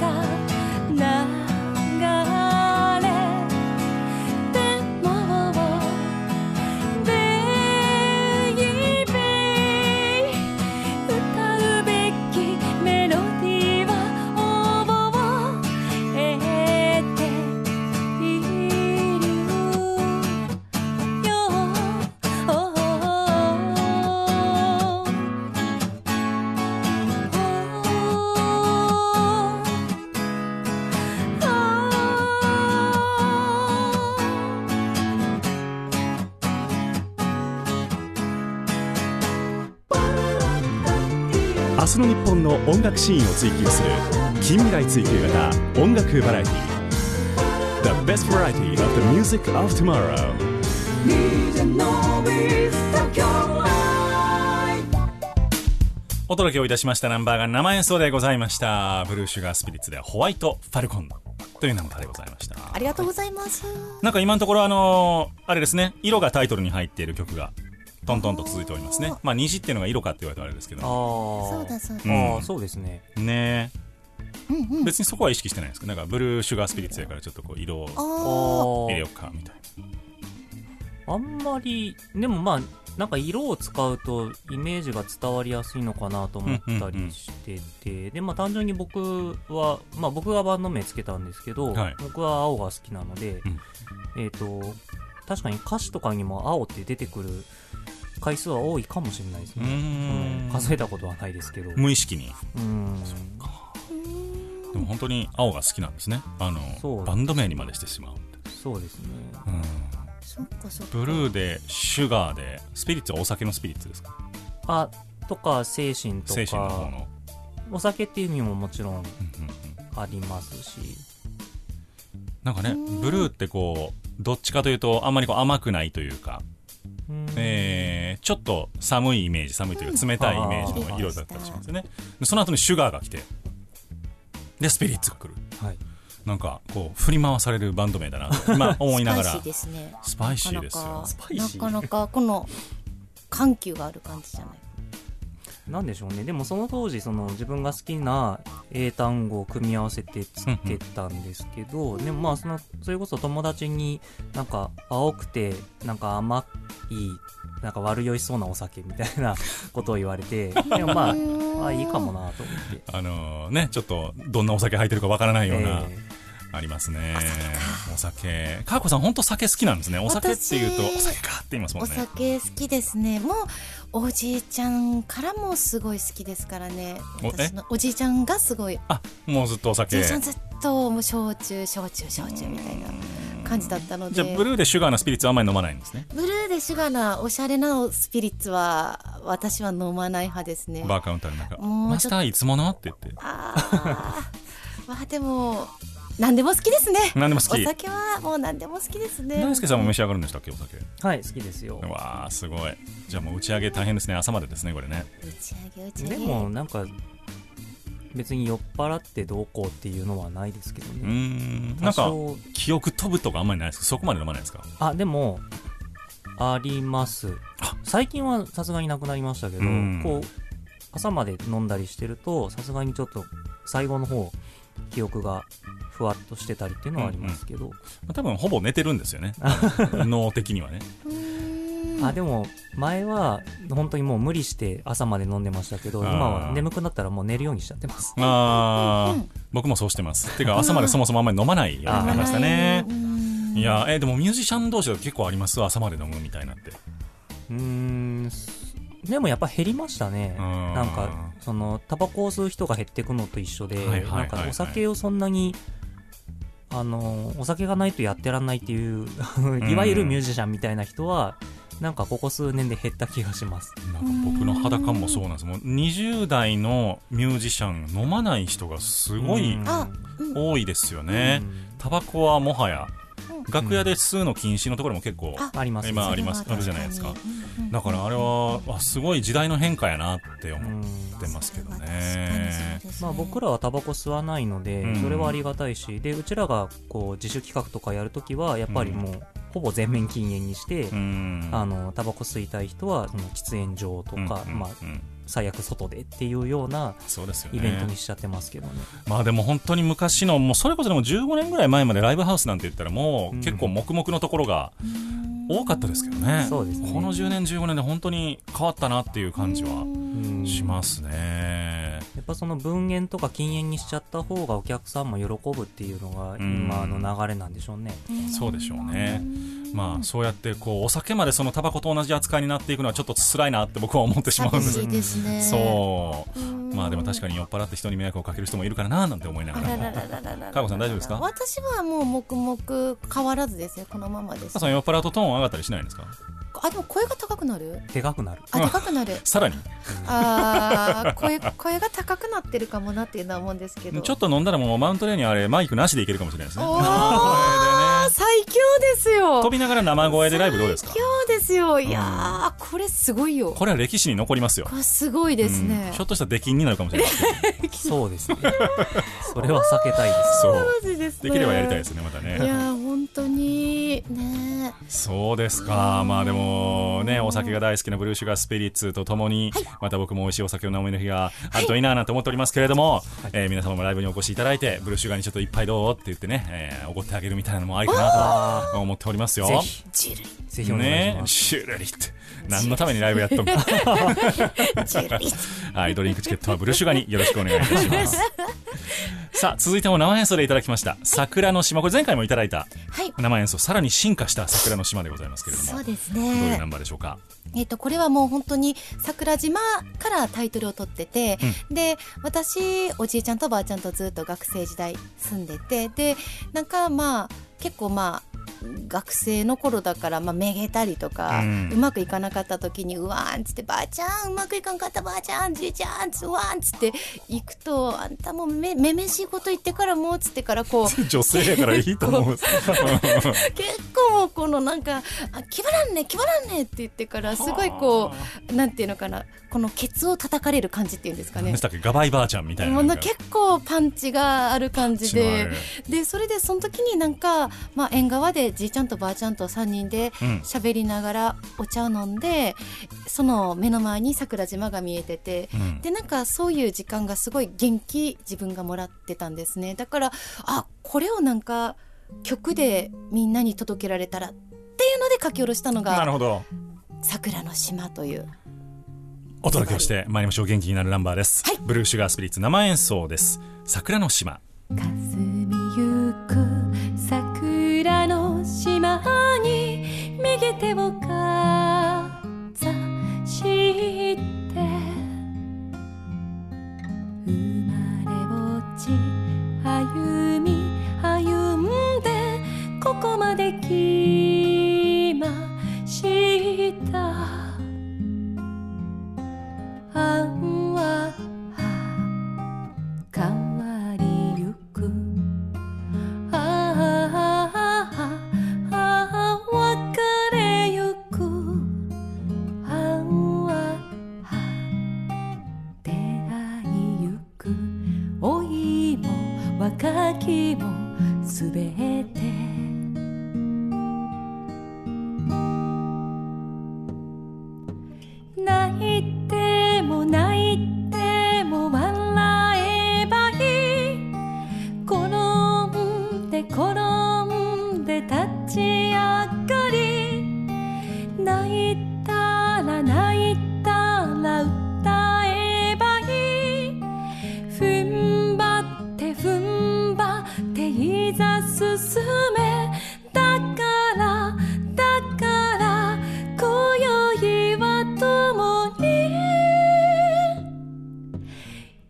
S6: が流れてもベイベイ歌うべきメロディーは覚えている Oh
S7: 明日の日本の音楽シーンを追求する近未来追求型音楽バラエティ The best variety of the music of tomorrow
S8: DJ Nobis Tokyo Live
S2: お届けをいたしましたナンバーが生演奏でございましたブルーシュガースピリッツでホワイトファルコンという名の歌でございました
S4: ありがとうございます。
S2: なんか今のところあのーあれですね色がタイトルに入っている曲がトントンと続いておりますねまあ虹っていうのが色かって言われたらあれですけど
S4: そうだ
S5: あ
S4: そうだ。
S5: あ、
S2: う
S5: あ
S2: ん
S5: そうですね。
S2: ねえ
S4: うんうん。
S2: 別にそこは意識してないんですけどなんかブルーシュガースピリッツやからちょっとこう色を
S4: ああ。
S5: あ
S2: 入れようかみたい
S5: あんまり、でもまあ、なんか色を使うとイメージが伝わりやすいのかなと思ったりしてて、で、まあ単純に僕は、まあ僕がバンド名つけたんですけど、
S2: はい
S5: 僕は青が好きなので、
S2: うん
S5: えっ、と、確かに歌詞とかにも青って出てくる回数は多いかもしれないです
S2: なう
S5: ね。
S2: ーん
S5: 数えたことはないですけど。
S2: 無意識に
S5: うん。
S2: でも本当に青が好きなんですねあの
S5: そう
S2: バンド名にまでしてしまう
S5: そうですね。
S2: うん
S4: そっかそっか。
S2: ブルーでシュガーでスピリッツはお酒のスピリッツですか
S5: あ、とか、精神と
S2: 精神の方
S5: か、
S2: の、
S5: お酒っていう意味ももちろん
S2: うんうんうん
S5: ありますし、
S2: なんかねブルーってこうどっちかというとあんまりこう甘くないというか、
S5: うん
S2: ええーちょっと寒いイメージ寒いというか冷たいイメージの色だったりしますよねでその後にシュガーが来てでスピリッツが来る
S5: はい。
S2: なんかこう振り回されるバンド名だなと今思いなが
S4: スパイシ
S2: ら
S4: ーですね
S2: スパイシーですよ
S4: なかなかなかなかこの緩急がある感じじゃない
S5: なんでしょうね。でもその当時、その自分が好きな英単語を組み合わせてつけたんですけど、でもまあその、それこそ友達になんか青くて、なんか甘い、なんか悪酔いしそうなお酒みたいな ことを言われて、でもまあ、あいいかもなと思って。
S2: あのーねちょっとどんなお酒入ってるかわからないような、
S5: え
S2: ありますねお酒かあこさん本当酒好きなんですねお酒っていうとお
S4: 私
S2: 酒かって言いますも
S4: お
S2: んね
S4: 酒好きですねもうおじいちゃんからもすごい好きですからね
S2: おえ
S4: 私のおじいちゃんがすごい
S2: あもうずっとお
S4: おじ
S2: 酒
S4: いちゃんずっともう焼酎焼酎焼酎みたいな感じだったので
S2: じゃあブルーでシュガーなスピリッツはあんまり飲まないんですね
S4: ブルーでシュガーなおしゃれなスピリッツは私は飲まない派ですね
S2: バーカウンターの中
S4: もう
S2: マスターいつものって言って
S4: あーまあでも何でも好きですね
S2: 何でも好き
S4: お酒はもう何でも好きですね
S2: 大輔さんも召し上がるんでしたっけお酒
S5: えはい、好きですよ
S2: う。わあすごいじゃあもう打ち上げ大変ですね朝までですねこれね
S4: 打ち上げ打ち上げ
S5: でもなんか、別に酔っ払ってどうこうっていうのはないですけど
S2: うー
S5: ね。
S2: んなんか
S5: 多少
S2: 記憶飛ぶとかあんまりないですかそこまで飲まないですか
S5: あ、でも、あります。最近はさすがになくなりましたけど、
S2: うん
S5: こう、朝まで飲んだりしてると、さすがにちょっと最後の方、記憶がふわっとしてたりっていうのはありますけど、
S2: まあ多分ほぼ寝てるんですよ ね脳的にはね
S5: あ、でも、前は本当にもう無理して朝まで飲んでましたけど、
S2: あー
S5: 今は眠くなったらもう寝るようにしちゃってます。
S2: ああ僕もそうしてますてか朝までそもそもあんまり飲まないようになりましたね
S4: うん
S2: いやーえーでもミュージシャン同士だと結構あります朝まで飲むみたいなって
S5: うーん、でもやっぱ減りましたね。
S2: うん
S5: なんか、その、タバコを吸う人が減ってくのと一緒で、
S2: いはいはいはい
S5: なんかお酒をそんなに、あの、お酒がないとやってらんないっていう、 いわゆるミュージシャンみたいな人は、なんかここ数年で減った気がします。
S2: なんか僕の肌感もそうなんですもう20代のミュージシャン飲まない人がすごい
S5: うん
S4: あうん
S2: 多いですよ
S5: う
S2: ね、
S5: ん
S2: タバコはもはや
S4: うん
S2: 楽屋で吸うの禁止のところも結構
S4: あ
S5: あります、
S2: 今あ
S4: そ
S2: り
S4: れは
S2: ますあるじゃないですか
S4: 確にうんうん
S2: だからあれはあすごい時代の変化やなって
S5: う
S2: 思っ
S5: ん
S2: てますけど
S4: それは確かにそう
S2: ね
S4: ですね
S5: まあ、僕らはタバコ吸わないので、
S2: うん
S5: それはありがたいしでうちらがこう自主企画とかやるときはやっぱりもう、ほぼ全面禁煙にして、
S2: うん
S5: あのタバコ吸いたい人はその喫煙所とか、
S2: うんうん
S5: まあ、
S2: うん
S5: 最悪外でっていうような
S2: そうですよね
S5: イベントにしちゃってますけどね。
S2: まあでも本当に昔のもうそれこそでも15年ぐらい前までライブハウスなんて言ったらもう結構黙々のところが多かったですけどね,、
S5: そうですね
S2: この10年15年で本当に変わったなっていう感じは
S5: うん
S2: しますね
S5: やっぱその分煙とか禁煙にしちゃった方がお客さんも喜ぶっていうのが
S2: うん
S5: 今の流れなんでしょうね。
S2: そうでしょうねまあそうやってこうお酒までそのタバコと同じ扱いになっていくのはちょっと辛いなって僕は思ってしまうん
S4: 寂
S2: です
S4: しいですね
S2: そう
S4: うん
S2: まあでも確かに酔っ払って人に迷惑をかける人もいるからななんて思いなが
S4: あ
S2: ら
S4: ら
S2: も
S4: ららららら
S2: 佳代子さん大丈夫ですか
S4: 私はもう黙々変わらずですねこのままです
S2: さん酔っ払うとトーン上がったりしないんですか
S4: あでも声が高くなる
S5: でかくなる。
S4: あ高くなる
S2: さらに
S4: あー声声が高くなってるかもなっていうのは思うんですけど
S2: ちょっと飲んだらもうマウントレーにあれマイクなしでいけるかもしれないですね
S4: おー最強ですよ
S2: 飛びながら生声でライブどうですか
S4: 最強ですよいやーこれすごいよ
S2: これは歴史に残りますよ
S4: こ。れすごいです
S2: う
S4: ね
S2: んひょっとしたら出禁になるかもしれないですけど。
S5: そうですね。それは避けたいです。
S2: そう。
S4: マジですね
S2: できればやりたいですね、また
S4: い
S2: ね。
S4: やー本当にね
S2: そうですか。まあでもね、お酒が大好きなブルーシュガースピリッツとともに、また僕も美味しいお酒を飲める日があるといいななんて思っておりますけれども、えー皆様もライブにお越しいただいて、ブルーシュガーにちょっと一杯どうって言ってね、えーおごってあげるみたいなのもありかなと思っておりますよ。
S5: ぜひ、
S4: ジルイ
S5: ぜひお願いし
S2: ね
S5: ま、す。
S2: シュルリって。何のためにライブやっとんか。
S4: ジルイ
S2: はい、ドリンクチケットはブルシュガによろしくお願いいたし ます。さあ、続いても生演奏でいただきました。桜の島。これ前回もいただいた
S4: はい
S2: 生演奏、さらに進化した桜の島でござい ますけれども。
S4: そうです
S2: どういう
S4: ね
S2: ナンバーでしょうか。
S4: えっとこれはもう本当に桜島からタイトルを取ってて、で私おじいちゃんとばあちゃんとずっと学生時代住んでてでなんかまあ結構まあ学生の頃だから、まあ、めげたりとか、
S2: う
S4: うんまくいかなかった時に「うわーん」っつって「ばあちゃんうまくいかんかったばあちゃんじいちゃん」つうわーん」っつって行くと「あんたもめめめしいこと言ってからもう」っつってから こう
S2: 女性やからいいと思 う。
S4: 結構もうこのなんか「あ気張らんね気張らんね」って言ってからすごいこうなんていうのかなこのケツを叩かれる感じっていうんですか
S2: 何
S4: ね
S2: でし。たっけガバイばあちゃんみたいな。
S4: もうな結構パンチがある感じででそれでその時になんか、まあ、縁側でじいちゃんとばあちゃんと3人で
S2: うん
S4: 喋りながらお茶を飲んでその目の前に桜島が見えてて
S2: うん
S4: でなんかそういう時間がすごい元気自分がもらってたんですねだからあこれをなんか曲でみんなに届けられたらっていうので書き下ろしたの
S2: な
S4: が
S2: るほど。
S4: 「桜の島」という
S2: お届けをして参りましょう。元気になるナンバーです。ブルーシュガースピリッツ生演奏です。桜の島。
S6: 霞ゆく桜の島に右手をかざして生まれ落ち歩み歩んでここまで来ましたあんは変わりゆくあああああ別れゆくあああ出会いゆく老いも若きもすべて泣いても泣いても笑えばいい転んで転んで立ち上がり泣いたら泣いたら歌えばいい踏ん張って踏ん張っていざ進めだからだから今宵は共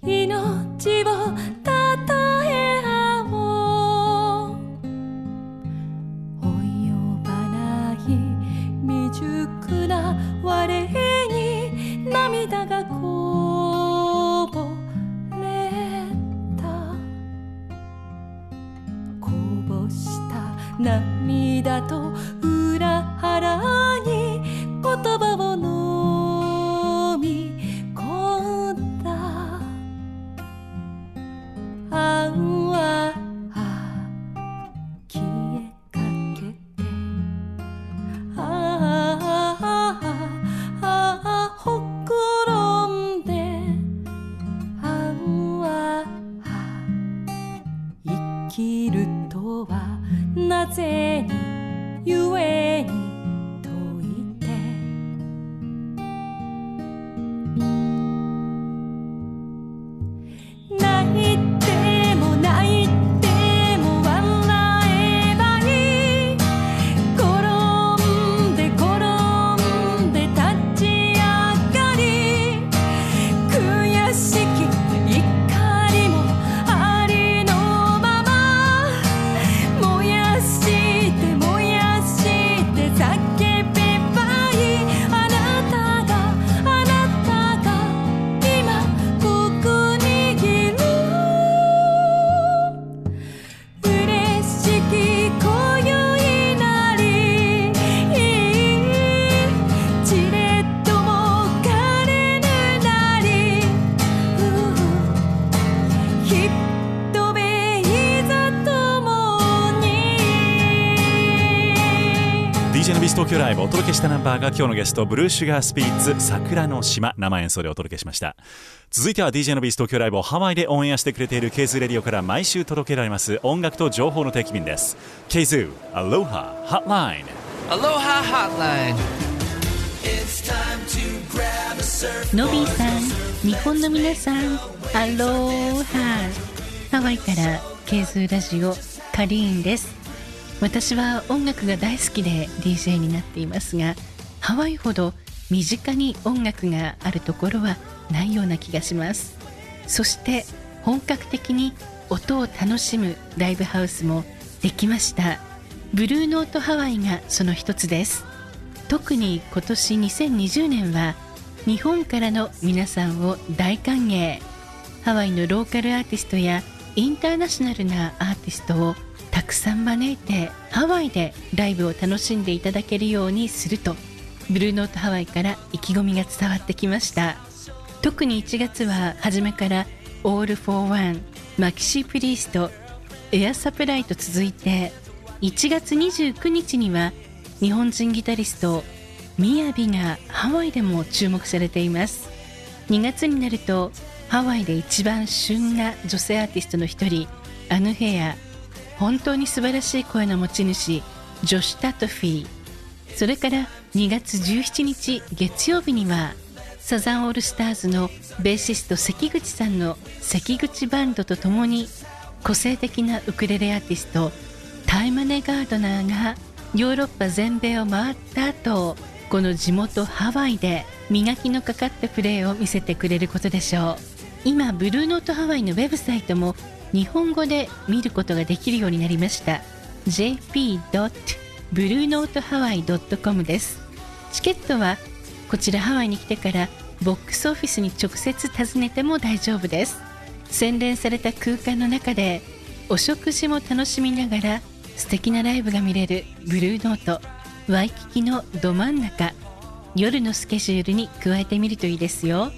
S6: に命をたたえ合おう及ばない未熟な我に涙がこぼれたこぼした涙と裏腹に言葉を飲み込んだあんは消えかけてああああほころんであんは生きるとはなぜにゆえに問いて泣いても泣いても笑えばいい転んで転んで立ち上がり悔しき怒りもありのまま燃やして燃やして叫べばいいあなたがあなたが今ここにいる嬉しき今宵なりじれっとも枯れぬなりひとべいざともに
S7: DJ のビス東京ライブお届けしたナンバーが今日のゲストブルーシュガースピリッツ桜の島生演奏でお届けしました続いては DJ のビス東京ライブをハワイでオンエアしてくれている K2 レディオから毎週届けられます音楽と情報の定期便です K2 Aloha Hotline
S9: Aloha Hotline
S10: ノビーさん日本の皆さんアローハハワイからケーズラジオカリーンです私は音楽が大好きで DJ になっていますがハワイほど身近に音楽があるところはないような気がしますそして本格的に音を楽しむライブハウスもできましたブルーノートハワイがその一つです特に今年2020年は日本からの皆さんを大歓迎ハワイのローカルアーティストやインターナショナルなアーティストをたくさん招いてハワイでライブを楽しんでいただけるようにするとブルーノートハワイから意気込みが伝わってきました特に1月は初めからオール・フォー・ワンマキシー・プリーストエア・サプライと続いて1月29日には日本人ギタリストみやびがハワイでも注目されています2月になるとハワイで一番旬な女性アーティストの一人アヌヘア本当に素晴らしい声の持ち主ジョシュ・タトフィーそれから2月17日月曜日にはサザンオールスターズのベーシスト関口さんの関口バンドとともに個性的なウクレレアーティストタイマネ・ガードナーがヨーロッパ全米を回った後この地元ハワイで磨きのかかったプレーを見せてくれることでしょう今ブルーノートハワイのウェブサイトも日本語で見ることができるようになりました jp.bluenotehawaii.com ですチケットはこちらハワイに来てからボックスオフィスに直接訪ねても大丈夫です洗練された空間の中でお食事も楽しみながら素敵なライブが見れるブルーノートワイキキのど真ん中夜のスケジュールに加えてみるといいですよ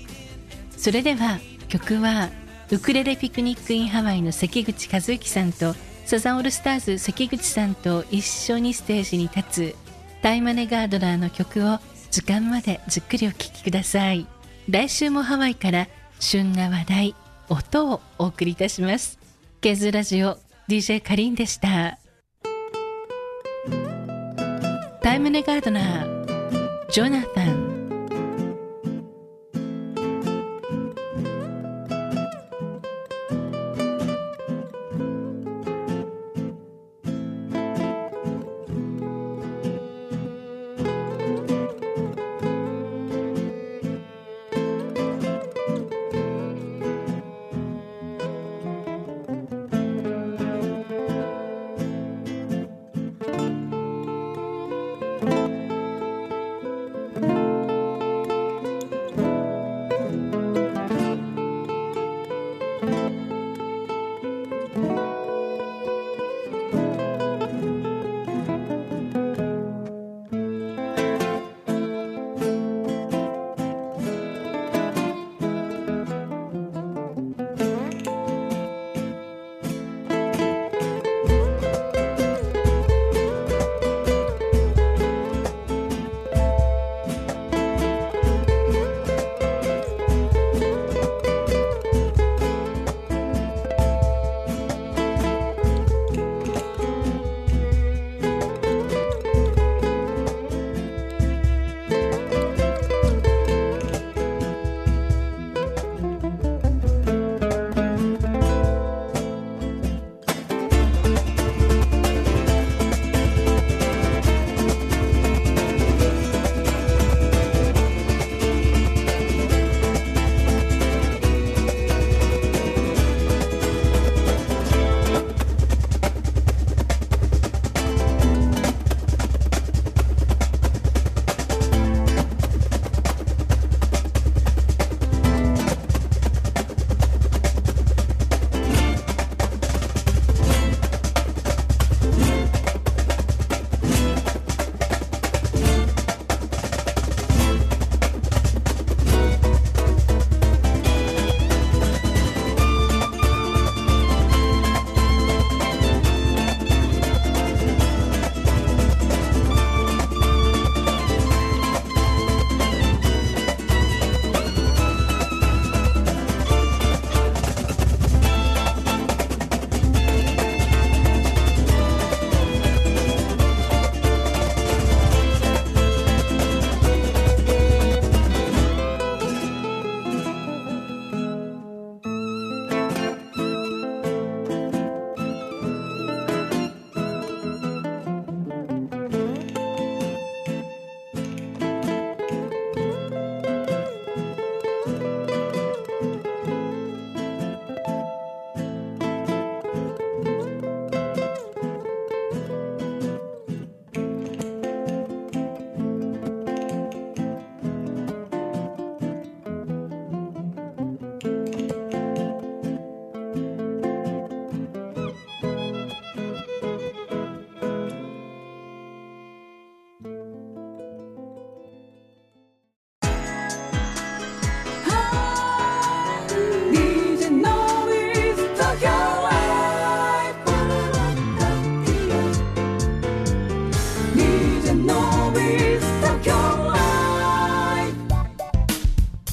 S10: それでは曲はウクレレピクニックインハワイの関口和之さんとサザンオールスターズ関口さんと一緒にステージに立つタイマネガードラーの曲を時間までじっくりお聴きください来週もハワイから旬な話題音をお送りいたしますケズラジオ DJ かりんでしたタイムネガードナージョナタン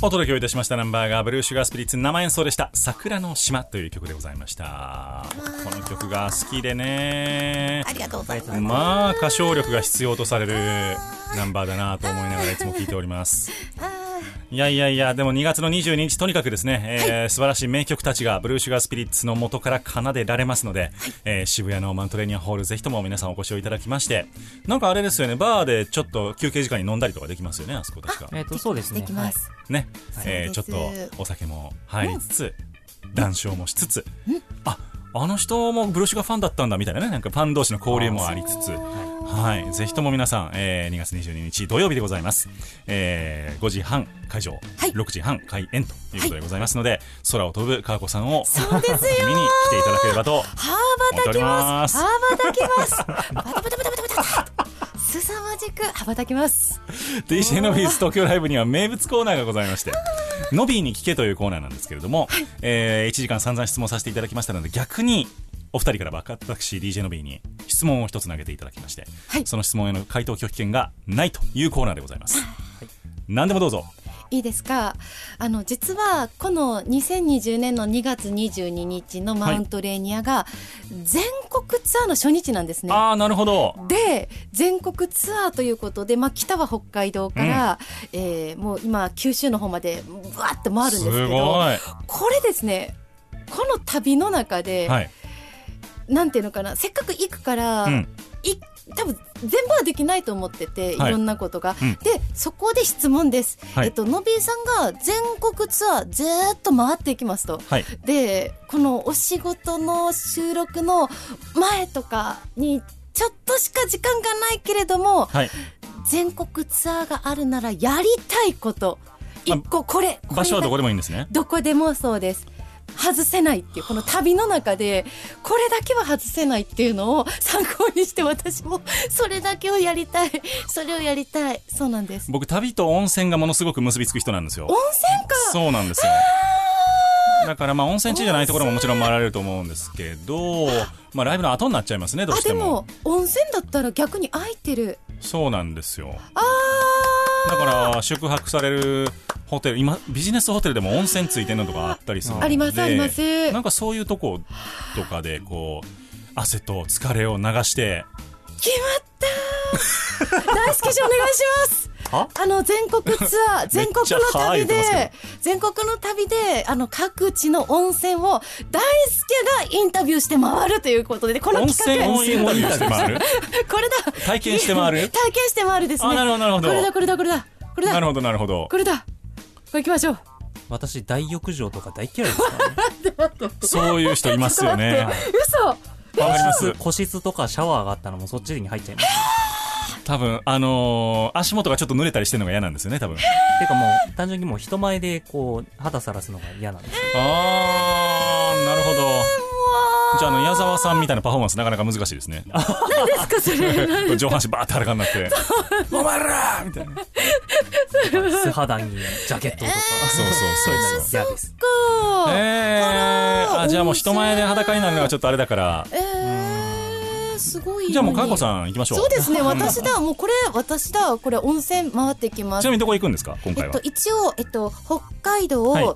S2: お届けをいたしましたナンバーがブルーシュガースピリッツ生演奏でした「桜の島」という曲でございましたこの曲が好きでね
S4: ありがとうございます。
S2: まあ歌唱力が必要とされるナンバーだなと思いながらいつも聞いておりますいやいやいやでも2月の22日とにかくですね、えー素晴らしい名曲たちがブルーシュガースピリッツの元から奏でられますので、えー渋谷のマントレニアホールぜひとも皆さんお越しをいただきましてなんかあれですよねバーでちょっと休憩時間に飲んだりとかできますよねあそこ確か
S5: えっと、そうですね。
S4: できます。
S2: ね、
S4: はい
S2: えーち
S4: そ
S2: ょ
S4: う
S2: っ
S4: です
S2: とお酒も入りつつ、談笑もしつつ、ああの人もブロシュがファンだったんだみたいなね、なんかファン同士の交流もありつつ、はい、ぜひとも皆さん、えー2月22日土曜日でございます。えー5時半会場、
S4: い
S2: 6時半開演ということでございますので、空を飛ぶ川子さんを見に来ていただければと。
S4: ハーバタきます。
S2: 思
S4: ハーバタきます。バタバタバタバタバタ。凄まじく羽ばたきます。
S2: DJ のビーズ東京ライブには名物コーナーがございまして、ノビーに聞けというコーナーなんですけれども、えー1時間散々質問させていただきましたので、逆に、お二人からばか私 DJ のビーに質問を一つ投げていただきまして、
S4: はい
S2: その質問への回答拒否権がないというコーナーでございます。何でもどうぞ。
S4: いいですか。あの実はこの2020年の2月22日のマウントレーニアが全国ツアーの初日なんですね。
S2: ああ、なるほど。
S4: で全国ツアーということで、まあ、北は北海道から、えーもう今九州の方までぶわって回るん
S2: す
S4: ですけ
S2: ご
S4: ど
S2: い。
S4: これですねこの旅の中で、
S2: はい。
S4: なんていうのかなせっかく行くから、
S2: うん。
S4: い多分全部はできないと思ってて、
S2: はい
S4: い、ろんなことが、
S2: うん
S4: でそこで質問です、
S2: はい
S4: えっとのびーさんが全国ツアーずーっと回っていきますと
S2: はい。
S4: でこのお仕事の収録の前とかにちょっとしか時間がないけれども
S2: はい。
S4: 全国ツアーがあるならやりたいこと
S2: まあ
S4: 一個これ
S2: 場所はどこ
S4: で
S2: でもいいんですね。
S4: どこでもそうです外せないっていうこの旅の中でこれだけは外せないっていうのを参考にして私もそれだけをやりたいそれをやりたいそうなんです
S2: 僕、旅と温泉がものすごく結びつく人なんですよ。
S4: 温泉か
S2: そうなんですよ。だからまあ温泉地じゃないところももちろん回られると思うんですけど、まあライブの後になっちゃいますね、どう
S4: あ
S2: して
S4: で
S2: も
S4: も。温泉だったら逆に空いてる
S2: そうなんですよ。
S4: あー
S2: だから宿泊されるホテル、今ビジネスホテルでも温泉ついてるのとかあったりするので、
S4: ありますあります
S2: なんかそういうとことかでこう汗と疲れを流して、
S4: 決まったー大好きじゃんお願いします
S2: は
S4: あの全国ツアー全
S2: め
S4: 国の旅
S2: っちゃはーい言って
S4: で全国の旅であの各地の温泉を大輔がインタビューして回るということでこの
S2: 温
S4: 企
S2: 泉
S4: 画
S2: をインタビューして回る。
S4: これだ
S2: 体験して回る
S4: 体験して回るですね
S2: あなるほどなるほど
S4: これだこれだこれだこれ
S2: な
S4: だ
S2: るほどなるほど。
S4: これだこれ行きましょう
S5: 私、大浴場とか大嫌いで すからね。
S2: そういう人いますよ ね。
S4: 嘘
S2: わかりま
S5: 個
S2: す
S5: 室。個室とかシャワーがあったらもうそっちに入っちゃいます。
S2: 多分あのー足元がちょっと濡れたりしてるのが嫌なんですよね多分
S5: てかもう、単純にもう人前でこう、肌さらすのが嫌なんですよ。
S2: あーなるほどじゃああの矢沢さんみたいなパフォーマンスなかなか難しいですね
S4: 何ですかそ れ
S2: 上半身バーって裸になっ て「お前ら!」みたいな
S5: 素肌にジャケットとか。
S2: そうそうそうそう
S5: いの嫌です。
S4: かー
S2: えー、
S4: ら
S2: あじゃあもう人前で裸になるのはちょっとあれだから
S4: えーすごい
S2: じゃあもう佳子
S4: ん
S2: さん行きましょう
S4: そうですね私だもうこれ私だこれ温泉回ってきま
S2: ち
S4: す
S2: なみにどこ行くんですか今
S4: え
S2: 回
S4: っ
S2: は
S4: と、一応、えっと、北海道、
S2: はい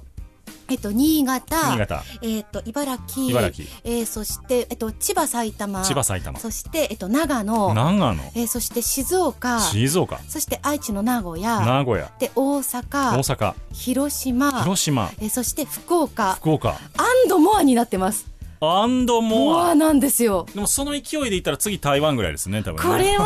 S4: えっと、新潟
S2: 新潟
S4: えっと、茨城
S2: 茨城
S4: えーそして、えっと、千葉埼玉
S2: 千葉埼玉
S4: そして、えっと、長野
S2: 長野
S4: えーそして静岡
S2: 静岡
S4: そして愛知の名古屋
S2: 名古屋
S4: で大
S2: 大
S4: 阪
S2: 阪
S4: 広島
S2: 広島
S4: えーそして福岡
S2: 福岡
S4: アンドモアになってます
S2: アンドモ
S4: モ
S2: ア
S4: アなんですよ
S2: でもその勢いで言ったら次台湾ぐらいですね多分ね
S4: これはね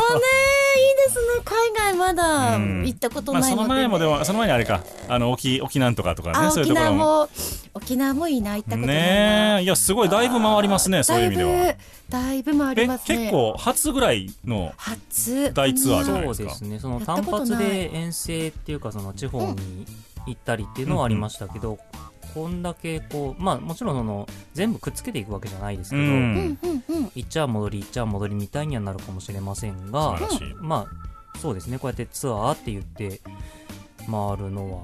S4: いいですね海外まだ
S2: うん
S4: 行ったこと
S2: まあ、
S4: ない
S2: そ
S4: ので、
S2: の前もでもその前にあれかあの沖沖なんとかとかね
S4: あ
S2: そういうとこ
S4: 沖縄
S2: ろも
S4: も沖縄もいいな行ったことないな
S2: ねえいやすごいだいぶ回りますねそういう意味では
S4: だいぶだいぶ回
S2: え
S4: りますね
S2: 結構初ぐらいの
S4: 初
S2: 大ツアーじゃないで
S5: そう
S2: す
S5: で
S2: か
S5: すね。その
S4: やった
S5: 単
S4: ことない
S5: 発で遠征っていうか、その地方に行ったりっていうのはありましたけど、こんだけこう、まあもちろんその、全部くっつけていくわけじゃないですけ
S2: う
S5: ど、
S4: うんんうんうん
S5: 行っちゃ戻り行っちゃ戻りみたいにはなるかもしれません
S2: 素
S5: が
S2: 晴らしい
S5: まあそうですねこうやってツアーって言って回るのは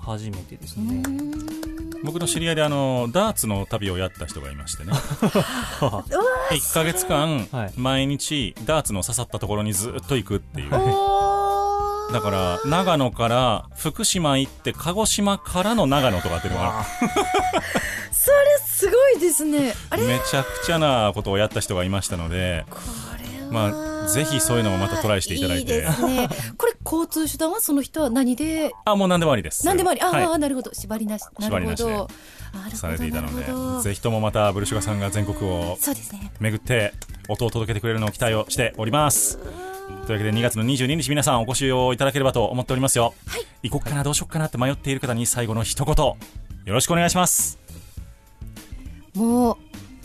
S5: 初めてです
S4: う
S5: ね
S4: ーん
S2: 僕の知り合いであのダーツの旅をやった人がいま してね1か月間
S5: はい
S2: 毎日ダーツの刺さったところにずっと行くっていう
S4: お
S2: だから長野から福島行って鹿児島からの長野とかっていうのが
S4: それすごいですねあれ
S2: めちゃくちゃなことをやった人がいましたので
S4: これは
S2: まあぜひそういうのもまたトライしていただいて
S4: いですね これ交通手段はその人は何で
S2: あもう何でもありです
S4: 何でもありあ
S2: はい
S4: あ、なるほど縛りなしな
S2: 縛り
S4: るほ
S2: なしで
S4: どあ
S2: されていたの
S4: なるほど
S2: でぜひともまたブルシュガさんが全国を
S4: そうですね
S2: 巡って音を届けてくれるのを期待をしておりますというわけで2月の22日皆さんお越しをいただければと思っておりますよ、行こっかなどうしよっかなって迷っている方に最後の一言よろしくお願いします
S4: もう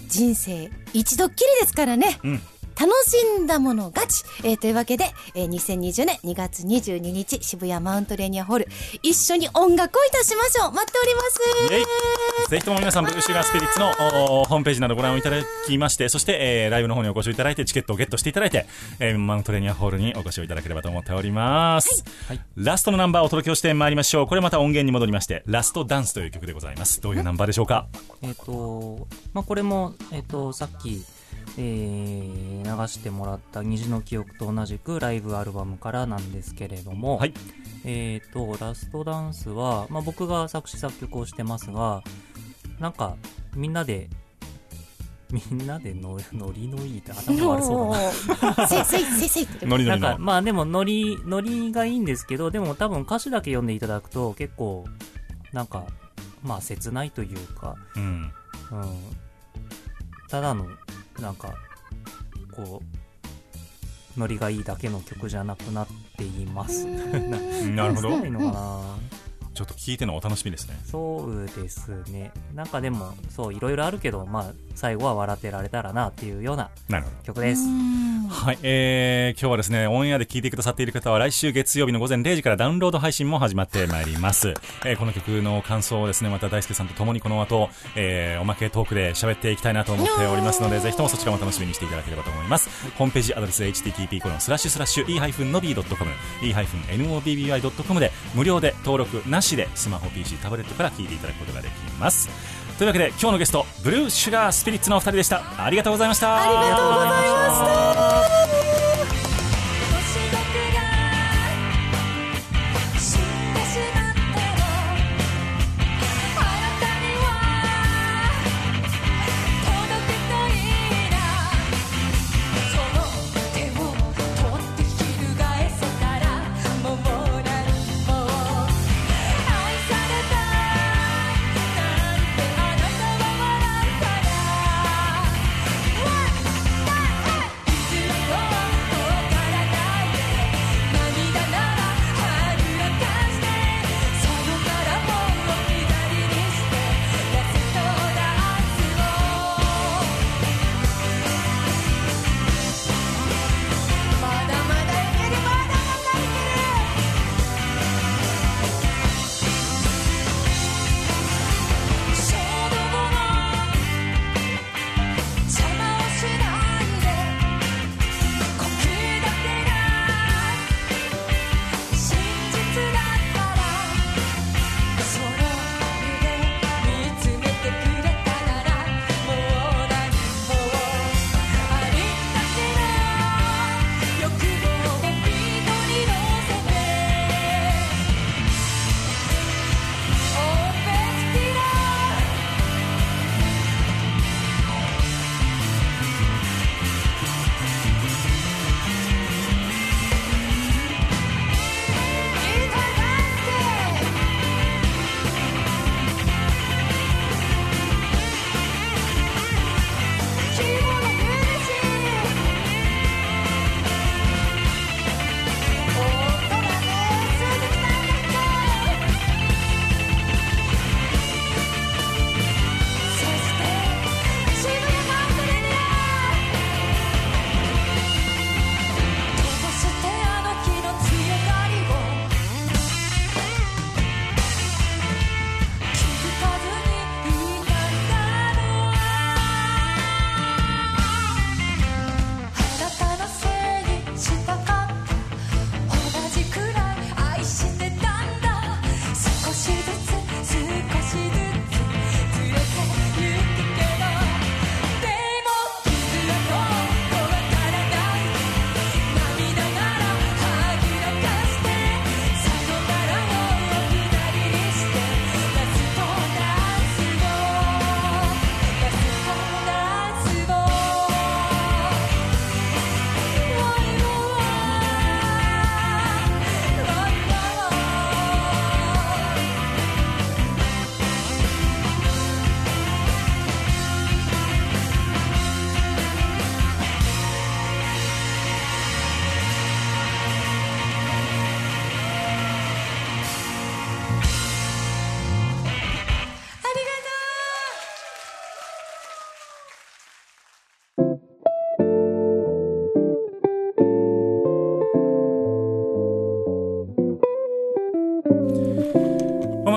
S4: 人生一度っきりですからね、
S2: うん
S4: 楽しんだもの勝ち、えーというわけで、えー2020年2月22日渋谷マウントレーニアホール一緒に音楽をいたしましょう待っております
S2: イエイぜひとも皆さんブルーシュガースピリッツのおおホームページなどご覧をいただきましてそして、えーライブの方にお越しをいただいてチケットをゲットしていただいて、えーマウントレーニアホールにお越しをいただければと思っております、ラストのナンバーをお届けをしてまいりましょうこれまた音源に戻りましてラストダンスという曲でございますどういうナンバーでしょうか
S5: えっ、と、まあ、これも、えっ、と、さっき、えー流してもらった虹の記憶と同じくライブアルバムからなんですけれども、
S2: はい
S5: えっ、と、ラストダンスは、まあ、僕が作詞作曲をしてますが、なんか、みんなで、みんなでのノリのいいって頭悪そうだな。
S4: うせいせいせいせいって
S2: ノリノ
S5: な
S2: リ
S5: んか
S2: の
S5: まあでもノリノリがいいんですけどでも多分歌詞だけ読んでいただくと結構なんかまあ切ないというか、
S2: うん
S5: うん、ただのなんかこうノリがいいだけの曲じゃなくなってい ます。
S2: なるほど
S5: ないのかな、
S2: ちょっと聞いてのお楽しみですね
S5: そうですねなんかでもそういろいろあるけどまあ最後は笑ってられたらなっていうような
S2: なるほど
S5: 曲です。
S2: はい、えー、今日はですね、オンエアで聞いてくださっている方は来週月曜日の午前0時からダウンロード配信も始まってまいります。 えー、この曲の感想をですね、また大輔さんと共にこの後、えー、おまけトークで喋っていきたいなと思っておりますので、ぜひともそちらも楽しみにしていただければと思います。ホームページアドレス http コロンスラッシュスラッシュ e-nobby.com e-nobby.com で無料で登録なしでスマホ、PC、タブレットから聞いていただくことができます。というわけで今日のゲスト、ブルーシュガースピリッツのお二人でした。ありがとうございました。
S5: ありがとうございました。
S6: 「星僕が知ってしまっても」「あなたには届くといいな」「その手を取って翻せたらもう何も」「愛されたなんてあなたは笑うから」「One, two, three」「一度きりの人生」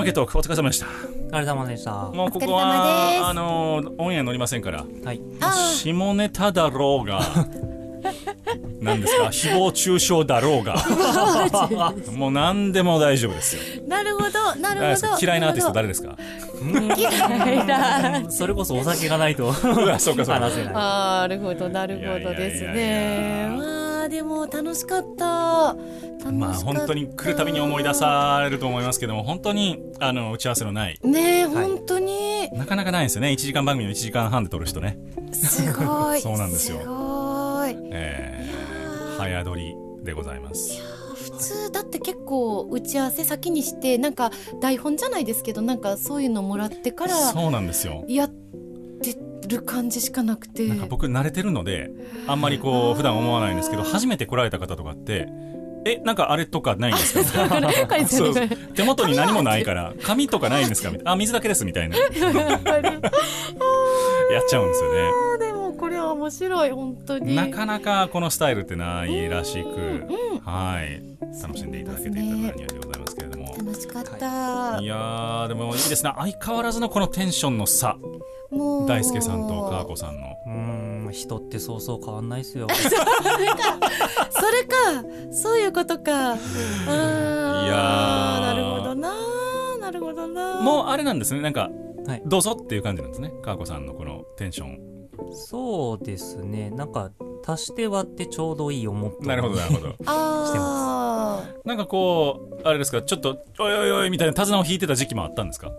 S2: ケトークお疲れ様でした
S5: お疲れ様でした。
S2: もうここ
S4: お疲れ様です
S2: はあのーオンエア乗りませんから
S5: はい。
S4: あー
S2: 下ネタだろ うが何ですか誹謗中傷だろうがもう何でも大丈夫ですよ
S4: なるほど
S2: 誰
S4: なる
S2: で
S4: ほ
S2: すか
S4: ど
S2: 嫌いなアーティスト誰ですか
S5: それこそお酒がないと
S2: う わそうかそうか
S5: 話せない。
S4: あーなるほどなるほどです
S2: いやいやい
S4: ね
S2: やいや
S4: わあでも楽しかった楽しかった
S2: まあ本当に来るたびに思い出されると思いますけども本当にあの打ち合わせのない
S4: ねえ
S5: はい
S4: 本 当に
S2: なかなかないんですよね1時間番組の1時間半で撮る人ね、
S4: すごい
S2: そうなんですよ
S4: すごい
S2: えー、早撮りでございます
S4: 普通だって結構打ち合わせ先にしてなんか台本じゃないですけどなんかそういうのもらってから
S2: そうなんですよ
S4: やってる感じしかなくて
S2: なんか僕慣れてるのであんまりこう普段思わないんですけど初めて来られた方とかってえなんかあれとか ないんですか
S4: これ
S2: そう
S4: これ
S2: 手元に何もないから紙とかないんですかみたいなあ水だけですみたいな やっちゃうんですよね
S4: でもこれは面白い本当に
S2: なかなかこのスタイルってないらしく、はい、楽しんでいただけていただくにはでございますけれども。
S4: 楽しかった、
S2: いやーでもいいですね相変わらずのこのテンションの差
S4: もう
S2: 大輔さんと川子さんの
S5: うーん、人ってそうそう変わんないですよ。
S4: それかそういうことかあー
S2: いやー
S4: なるほどななるほどな
S2: もうあれなんですねなんか、
S5: はい
S2: どうぞっていう感じなんですね川子さんのこのテンション
S5: そうですね。なんか、足して割ってちょうどいい思った。
S2: なるほどなるほど
S4: あー
S2: なんかこうあれですかちょっとおいおいおいみたいな手綱を引いてた時期もあったんですか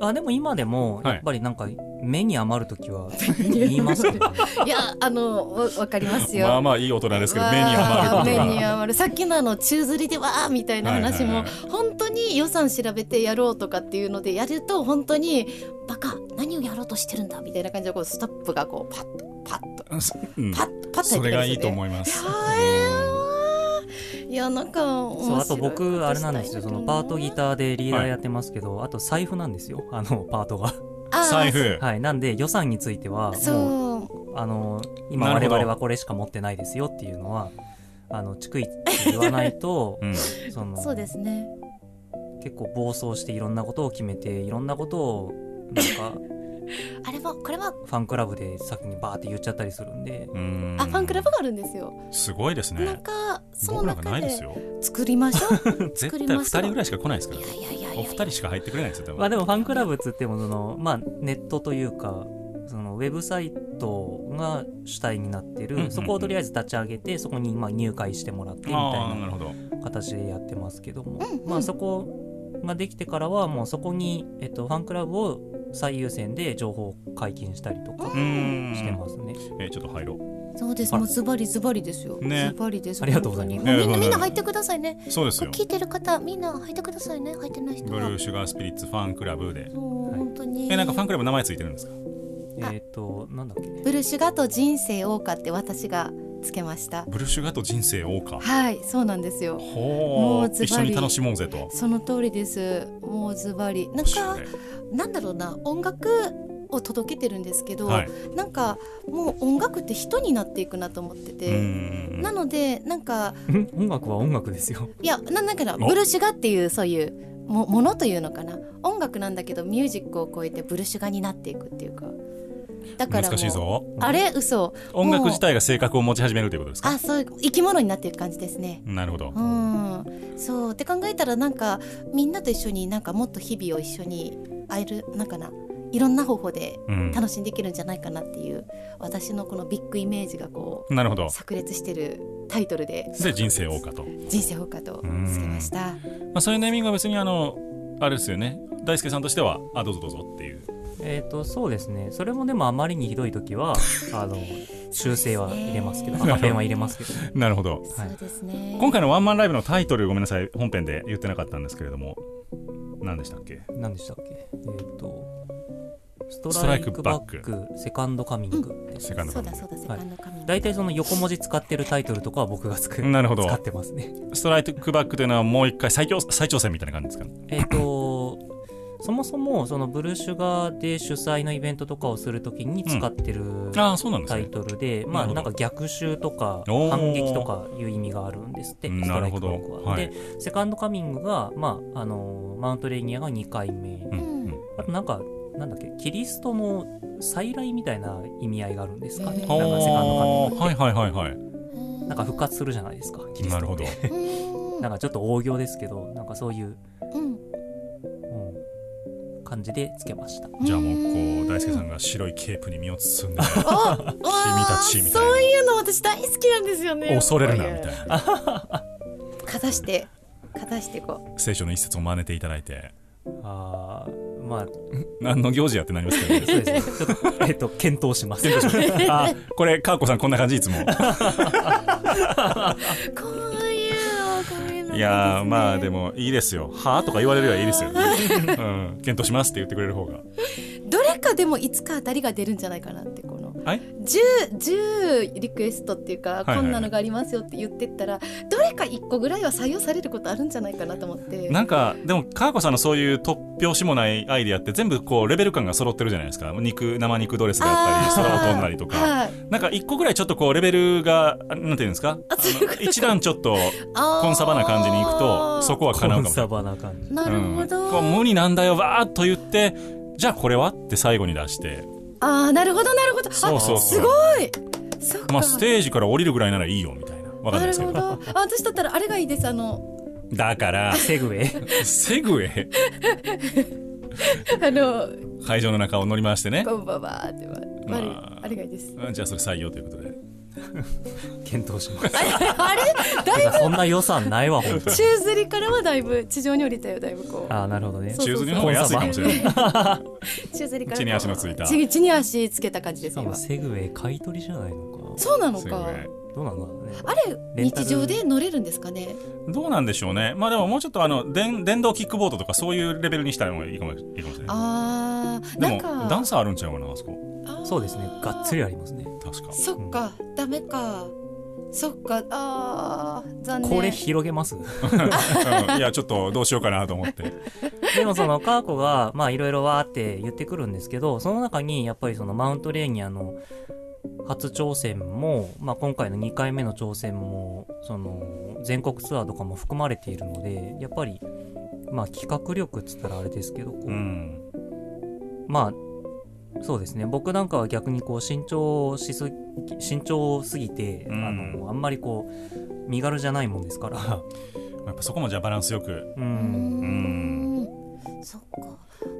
S5: あ、でも今でも、
S2: はい
S5: やっぱりなんか、目に余ると きは言いますけど、
S4: いやあのわわかりますよ
S2: まあまあいい大人ですけど
S4: わ
S2: 目に
S4: ー
S2: 余ること
S4: 目に
S2: が
S4: 余るさっきのあの宙吊りでわーみたいな話も、
S2: はいはい
S4: 本当に予算調べてやろうとかっていうのでやると本当にバカ何をやろうとしてるんだみたいな感じでこうスタッフがこうパッとパッと
S2: うん
S4: パッとパッと
S2: それがいいと
S4: い
S2: 思います
S4: ますいやなんか
S5: そう、
S4: 面白い
S5: あと僕、あれなんですよ、そのパートギターでリーダーやってますけど、あと財布なんですよ、あの、パートが。
S2: 財布
S5: はい。なんで、予算については、もう、
S4: そう
S5: あの、今
S2: なる
S5: 我
S2: ほど、
S5: 々はこれしか持ってないですよっていうのは、あの、逐一言わないと
S2: うん
S5: その、
S4: そうですね
S5: 結構暴走していろんなことを決めていろんなことをなんか
S4: あれはこれは
S5: ファンクラブで先にバーって言っちゃったりするんで
S2: うん
S4: あファンクラブがあるんですよ、
S2: すごいです
S4: な
S2: ね
S4: んかその
S2: 僕なんかな
S4: 中
S2: い
S4: で
S2: ですよ
S4: 作りましょ う
S2: 絶
S4: 作
S2: 対
S4: り
S2: 2
S4: ますわ
S2: 人ぐらいしか来ないですから
S4: いやいやいやいや
S2: お二人しか入ってくれないですよ多分
S5: まあでもファンクラブっつってもそのまあネットというかそのウェブサイトが主体になってる、
S2: うんうんうん
S5: そこをとりあえず立ち上げてそこにまあ入会してもらってみたい
S2: ああーな
S5: な
S2: るほど
S5: 形でやってますけど
S4: う
S5: も、
S4: んうん
S5: まあそこができてからはもうそこに、えっと、ファンクラブを最優先で情報を解禁したりとか
S2: うーん
S5: してますね、
S2: えーちょっと入ろ
S4: そうです
S5: あら
S4: もうズバリズバリですよ、
S2: ね
S4: ズバリです
S5: ありがとうございます
S4: 本当にもうみんなみんな
S2: ね
S4: 入ってくださいね
S2: うそうです
S4: こ
S2: よ
S4: れ聞いてる方みんな入ってくださいね入ってない人
S2: ブ
S4: は
S2: ルーシュガースピリッツファンクラブで
S4: そう本当に
S2: えなんかファンクラブ名前ついてるんですか
S5: えっ、となんだっけね
S4: ブルーシュガと人生謳歌って私がつけました
S2: ブルーシュガーと人生謳歌
S4: はいそうなんですよも
S2: ほ
S4: う
S2: う
S4: ズバリ
S2: 一緒に楽しもうぜと
S4: その通りですもうズバリなん
S2: おしゃ
S4: か
S2: れ
S4: なんだろうな音楽を届けてるんですけど、
S2: はい
S4: なんかもう音楽って人になっていくなと思って
S2: うー
S4: て、
S2: ん
S4: なのでなんか
S5: ん音楽は音楽ですよ。
S4: いやななんかな
S2: お
S4: ブルシュガっていうそういうもものというのかな音楽なんだけどミュージックを超えてブルシュガになっていくっていうかだから
S2: 難
S4: もう
S2: しいぞ
S4: あれ嘘
S2: 音楽自体が性格を持ち始めるということですか
S4: あそう生き物になっていく感じですね
S2: なるほど
S4: うんそうって考えたらなんかみんなと一緒になんかもっと日々を一緒に会えるなんかないろんな方法で
S2: うん
S4: 楽しんできるんじゃないかなっていう私のこのビッグイメージがこう
S2: なるほど
S4: 炸裂してるタイトルで
S2: で人生謳歌と
S4: 「人生放課」とつけました
S2: まあそういうネーミングは別にあのあれですよね大輔さんとしてはあどうぞどうぞっていう
S5: えっ、と、そうですね。それもでもあまりにひどい時は、あの、修正は入れます けど、赤ペンは入れますけど。
S2: なるほど
S5: は
S4: そ
S5: いう
S4: ですね
S2: 今回のワンマンライブのタイトルごめんなさい本編で言ってなかったんですけれども何でしたっけ
S5: 何でしたっけえっ、と、ス
S2: ト
S5: ト
S2: ラ
S5: ラ
S2: イ
S5: イ
S2: ク
S5: ク
S2: バ
S5: バ
S2: ッ
S5: ッ
S2: ク
S5: ク、セカンドカミングです。
S2: セカンド
S4: そ
S2: カミ
S4: うだ
S2: ング
S4: そうだセカンドカミング
S5: 大体その横文字使ってるタイトルとかは僕がつく
S2: なるほど
S5: 使ってますね。
S2: ストライクバックというのはもう一回最強再挑戦みたいな感じですかね
S5: えっ、と、そもそもそのブルーシュガーで主催のイベントとかをするときに使ってる、
S2: ああ、そうなんです
S5: タイ
S2: ね。
S5: トルで、
S2: な
S5: まあ、
S2: るほど
S5: なんか逆襲とか
S2: おー
S5: 反撃とかいう意味があるんですって、
S2: うん
S5: ストライク
S2: なる
S5: バ
S2: ほど
S5: ックは。
S2: はい
S5: で、セカンドカミングが、まあ、あのーマウントレーニアが2回目。
S2: うんうん
S5: あとなんか、なんだっけ、キリストの再来みたいな意味合いがあるんですかね。
S4: へ
S5: なん
S4: ー
S5: かセカンドカミングって。
S2: はいはいはいはい。
S5: なんか復活するじゃないですか、キリストっ
S2: な
S5: て。
S2: るほど。
S4: うん
S5: なんかちょっと大行ですけど、なんかそういう、
S4: うん
S5: うん感じでつけました。
S2: じゃあもう、こう、大輔さんが白いケープに身を包んで、
S4: あ
S2: 君たちみたいな
S4: そういうの私大好きなんですよね
S2: 恐れるな、みたいな。
S4: かざしてかざしてこ
S2: 聖書の一節を真似ていただいて、
S5: あーまあ、
S2: 何の行事やってなりますけどね。
S5: そうですね。ちょっと、えっと、検討します。
S2: あ、これ、かーこさんこんな感じい つも。
S4: うこういうのごめんなさ
S2: いやー、まあで
S4: も
S2: も、いいですよ。はぁとか言われるよりはいいです よ。うん。検討しますって言ってくれる方が。
S4: どれかでもいつか当たりが出るんじゃないかなってこの
S2: はい。
S4: 10, 10リクエストっていうか、
S2: いはい
S4: こんなのがありますよって言ってったらどれか1個ぐらいは採用されることあるんじゃないかなと思って
S2: なんか、でも、かーこさんのそういう突拍子もないアイディアって、全部こう、レベル感が揃ってるじゃないですか。肉、生肉ドレスがあったり、
S4: あー
S2: 空を飛んだりとか。
S4: はい
S2: なんか、一個ぐらいちょっとこう、レベルが、あなんていうんですか
S4: あそういうこと
S2: あの一段ちょっと、
S4: あー
S2: コンサバな感じに行くと、そこは叶うかも
S5: コン
S2: しれ
S5: サ
S2: ない。
S5: バな感じ。
S4: なるほ
S2: うん
S4: ど、
S2: こう無理なんだよ、わーっと言って、じゃあこれはって最後に出して。
S4: ああなるほどなるほどあ
S2: そうそうそう
S4: すごいそっか、
S2: まあ、ステージから降りるぐらいならいいよ、みたいな。わかんない
S4: な
S2: で
S4: る
S2: すけ
S4: ほ
S2: ど。
S4: どあ私だったらあれがいいですあの
S2: だから、
S5: セグウェイ。
S2: セグウェイ、
S4: あの
S2: 会場の中を乗り回してね。
S4: こうババーってわ悪い
S2: まあ
S4: あれがいいです
S2: じゃあそれ採用ということで。
S5: 検討します。
S4: あれだいぶ
S5: そんな予算ないわ、ほ んと。
S4: 宙吊りからはだいぶ地上に降りたよだいぶこう
S5: ああ、なるほどね。
S4: そう
S2: 宙
S4: そう
S2: 吊
S4: そう
S2: りの方が安いかもしれない。
S4: 宙吊りから
S2: 地に足のついた
S4: 地地に足つけた感じで
S5: し
S4: す
S5: かも
S4: 今
S5: セグウェイ買い取りじゃないのか。
S4: そうなの
S2: セグウ
S4: か
S2: ェイ
S5: どうなんだろうね。
S4: あれ
S5: レンタル
S4: 日常で乗れるんですかね
S2: どうなんでしょうね。まあでももうちょっとあの、電電動キックボードとかそういうレベルにしたらもいいかもいいかもしれない。
S4: あー
S2: で
S4: なん
S2: も、
S4: か
S2: ダンサーあるんちゃうかな、あそこ。
S4: あー
S5: そうですね。がっつりありますね。
S2: 確か。
S4: そっかダメかそっかあー残念
S5: これ広げます
S2: うん いや、ちょっとどうしようかなと思って。
S5: でもそのカーコがまあいろいろわーって言ってくるんですけどその中にやっぱりそのマウントレーニアの初挑戦も、まあ、今回の2回目の挑戦もその全国ツアーとかも含まれているのでやっぱり、まあ、企画力っつったらあれですけどこう、
S2: うん。
S5: まあそうですね僕なんかは逆にこう慎重しすぎ慎重すぎて、
S2: うん
S5: あのあんまりこう身軽じゃないもんですから、
S2: やっぱそこもじゃあバランスよく。
S5: う
S4: うー
S5: ん、
S4: んそっか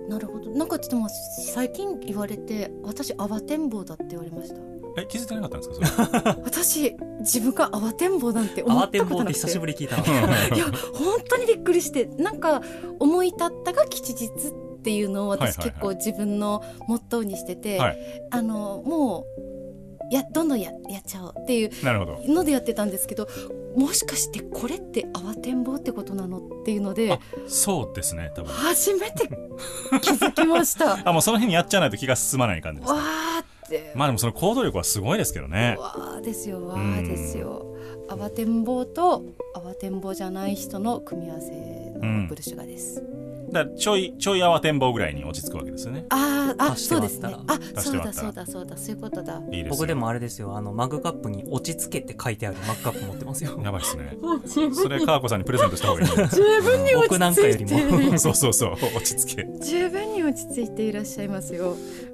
S4: なるほどなんかちょっともう最近言われて私慌てんぼうだって言われました
S2: え、気づいてなかったんですか それ。
S4: 私自分が慌てんぼうなんて思
S5: 慌
S4: った
S5: てん
S4: こ
S5: ぼう
S4: と
S5: っ
S4: な
S5: て
S4: くて
S5: 久しぶりに聞いたな
S4: いや本当にびっくりしてなんか思い立ったが吉日っていうのを私
S2: はいはいはい
S4: 結構自分のモットーにしてて、
S2: はい
S4: あのもうやどんどんややっちゃおうっていう
S2: なるほど。
S4: のでやってたんですけどもしかしてこれって慌てんぼうってことなのっていうの
S2: あ
S4: で
S2: そうですね、多分。
S4: 初めて気づき ました。わ
S2: あ、もうその辺にやっちゃわないと気が進まない感じです。
S4: ーって、
S2: まあでもその行動力はすごいですけどね。
S4: わーですよわーですよ慌てんぼうと慌てんぼうじゃない人の組み合わせのブルシュガです。
S2: だからちょい、ちょい慌てんぼうぐらいに落ち着くわけですよね。
S4: あーあ、
S5: 足して
S4: そう
S5: 割
S4: で
S5: っ
S4: す
S5: た
S4: ね
S5: ら。
S4: あ、
S2: 足し
S4: そ
S2: て
S4: う
S2: 割
S4: だ
S2: った
S4: そうだそうだそういうことだ。
S2: いいですよ。
S5: 僕でもあれですよあのマグカップに「落ち着け」って書いてあるマグカップ持ってま すよ
S2: やばいっすね。それ、かーこさんにプレゼントした方がいい。
S4: 十分に落
S5: 僕なんかよ
S4: ち着
S5: り
S4: い
S5: も
S4: て、
S2: そうそうそう、落ち着け。い
S4: 十分に落ち着いていらっしゃいますよ。
S2: や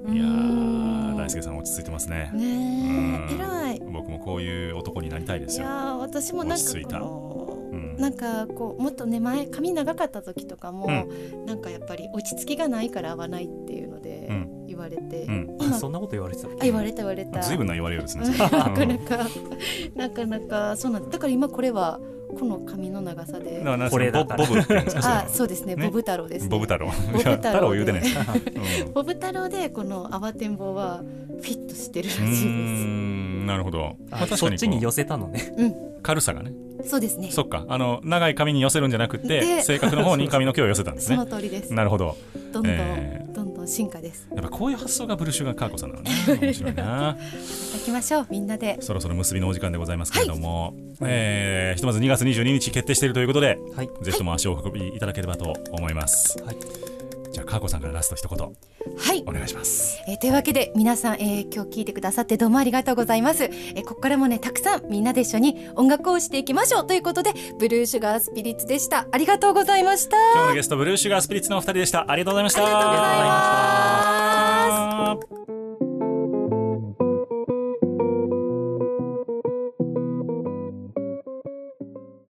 S4: うん
S2: ー、大輔さん落ち着いてますね。
S4: ね
S2: う
S4: え、
S2: ん
S4: 偉い。
S2: 僕もこういう男になりたいで
S4: い
S2: す
S4: や
S2: よ。
S4: ー私もなん
S2: 落ち着い
S4: か
S2: た
S4: こ
S2: う
S4: の、
S2: ん
S4: なんかこうもっとね前髪長かった時とかも、
S2: う
S4: なんかやっぱり落ち着きがないから合わないっていうので
S2: うん
S4: 言われて、
S2: うん。
S4: 今
S5: そんなこと言われてたっ
S4: あ言われた言われた。
S2: 随分な言われようですね。
S4: なかなかなかなかそうなんですだから今これはこの髪の長さで。
S2: な
S5: これだ
S2: ボ
S5: から
S2: ボブって言うんですか
S4: あ、
S2: そ
S4: そうですね。
S2: ね
S4: ボブ太郎です、
S2: れ
S4: ね。
S2: ボブ太郎。
S4: ボブ
S2: いや
S4: 太
S2: 太郎
S4: 郎
S2: 言うてないですか。
S4: ボブ太郎でこの慌てんぼうはフィットしてるらし
S2: う
S4: いです。
S2: ん、なるほど。まあ
S5: て
S2: 確
S5: そ
S2: か
S5: っ
S2: に
S5: ちに
S2: こ
S5: 寄せたのね
S2: う軽さがね。
S4: うんそうですね。
S2: そっか。あの長い髪に寄せるんじゃなくて、
S4: で
S2: 性格の方に髪の毛を寄せたんです
S4: その
S2: ね。
S4: 通りです。
S2: なるほど。
S4: どんどん、
S2: えー
S4: どんどん進化です。
S2: やっぱこういう発想がブルシュガーカーコさんなのね。面白い な。
S4: 行きましょうみんなで。
S2: そろそろ結びのお時間でございますけれども、えーひとまず2月22日決定しているということで、
S5: はい
S2: ぜひとも足をお運びいただければと思います。
S5: はい
S2: じゃあ、かーこさんからラスト一言、
S4: はい
S2: お願いします。
S4: えーというわけで皆さん、えー今日聞いてくださってどうもありがとうございます、えーここからもねたくさんみんなで一緒に音楽をしていきましょうということでブルーシュガースピリッツでしたありがとうございました
S2: 今日のゲスト、ブルーシュガースピリッツのお二人でした。ありがとうございました。
S4: ありがとうございました
S2: ありがとうございました。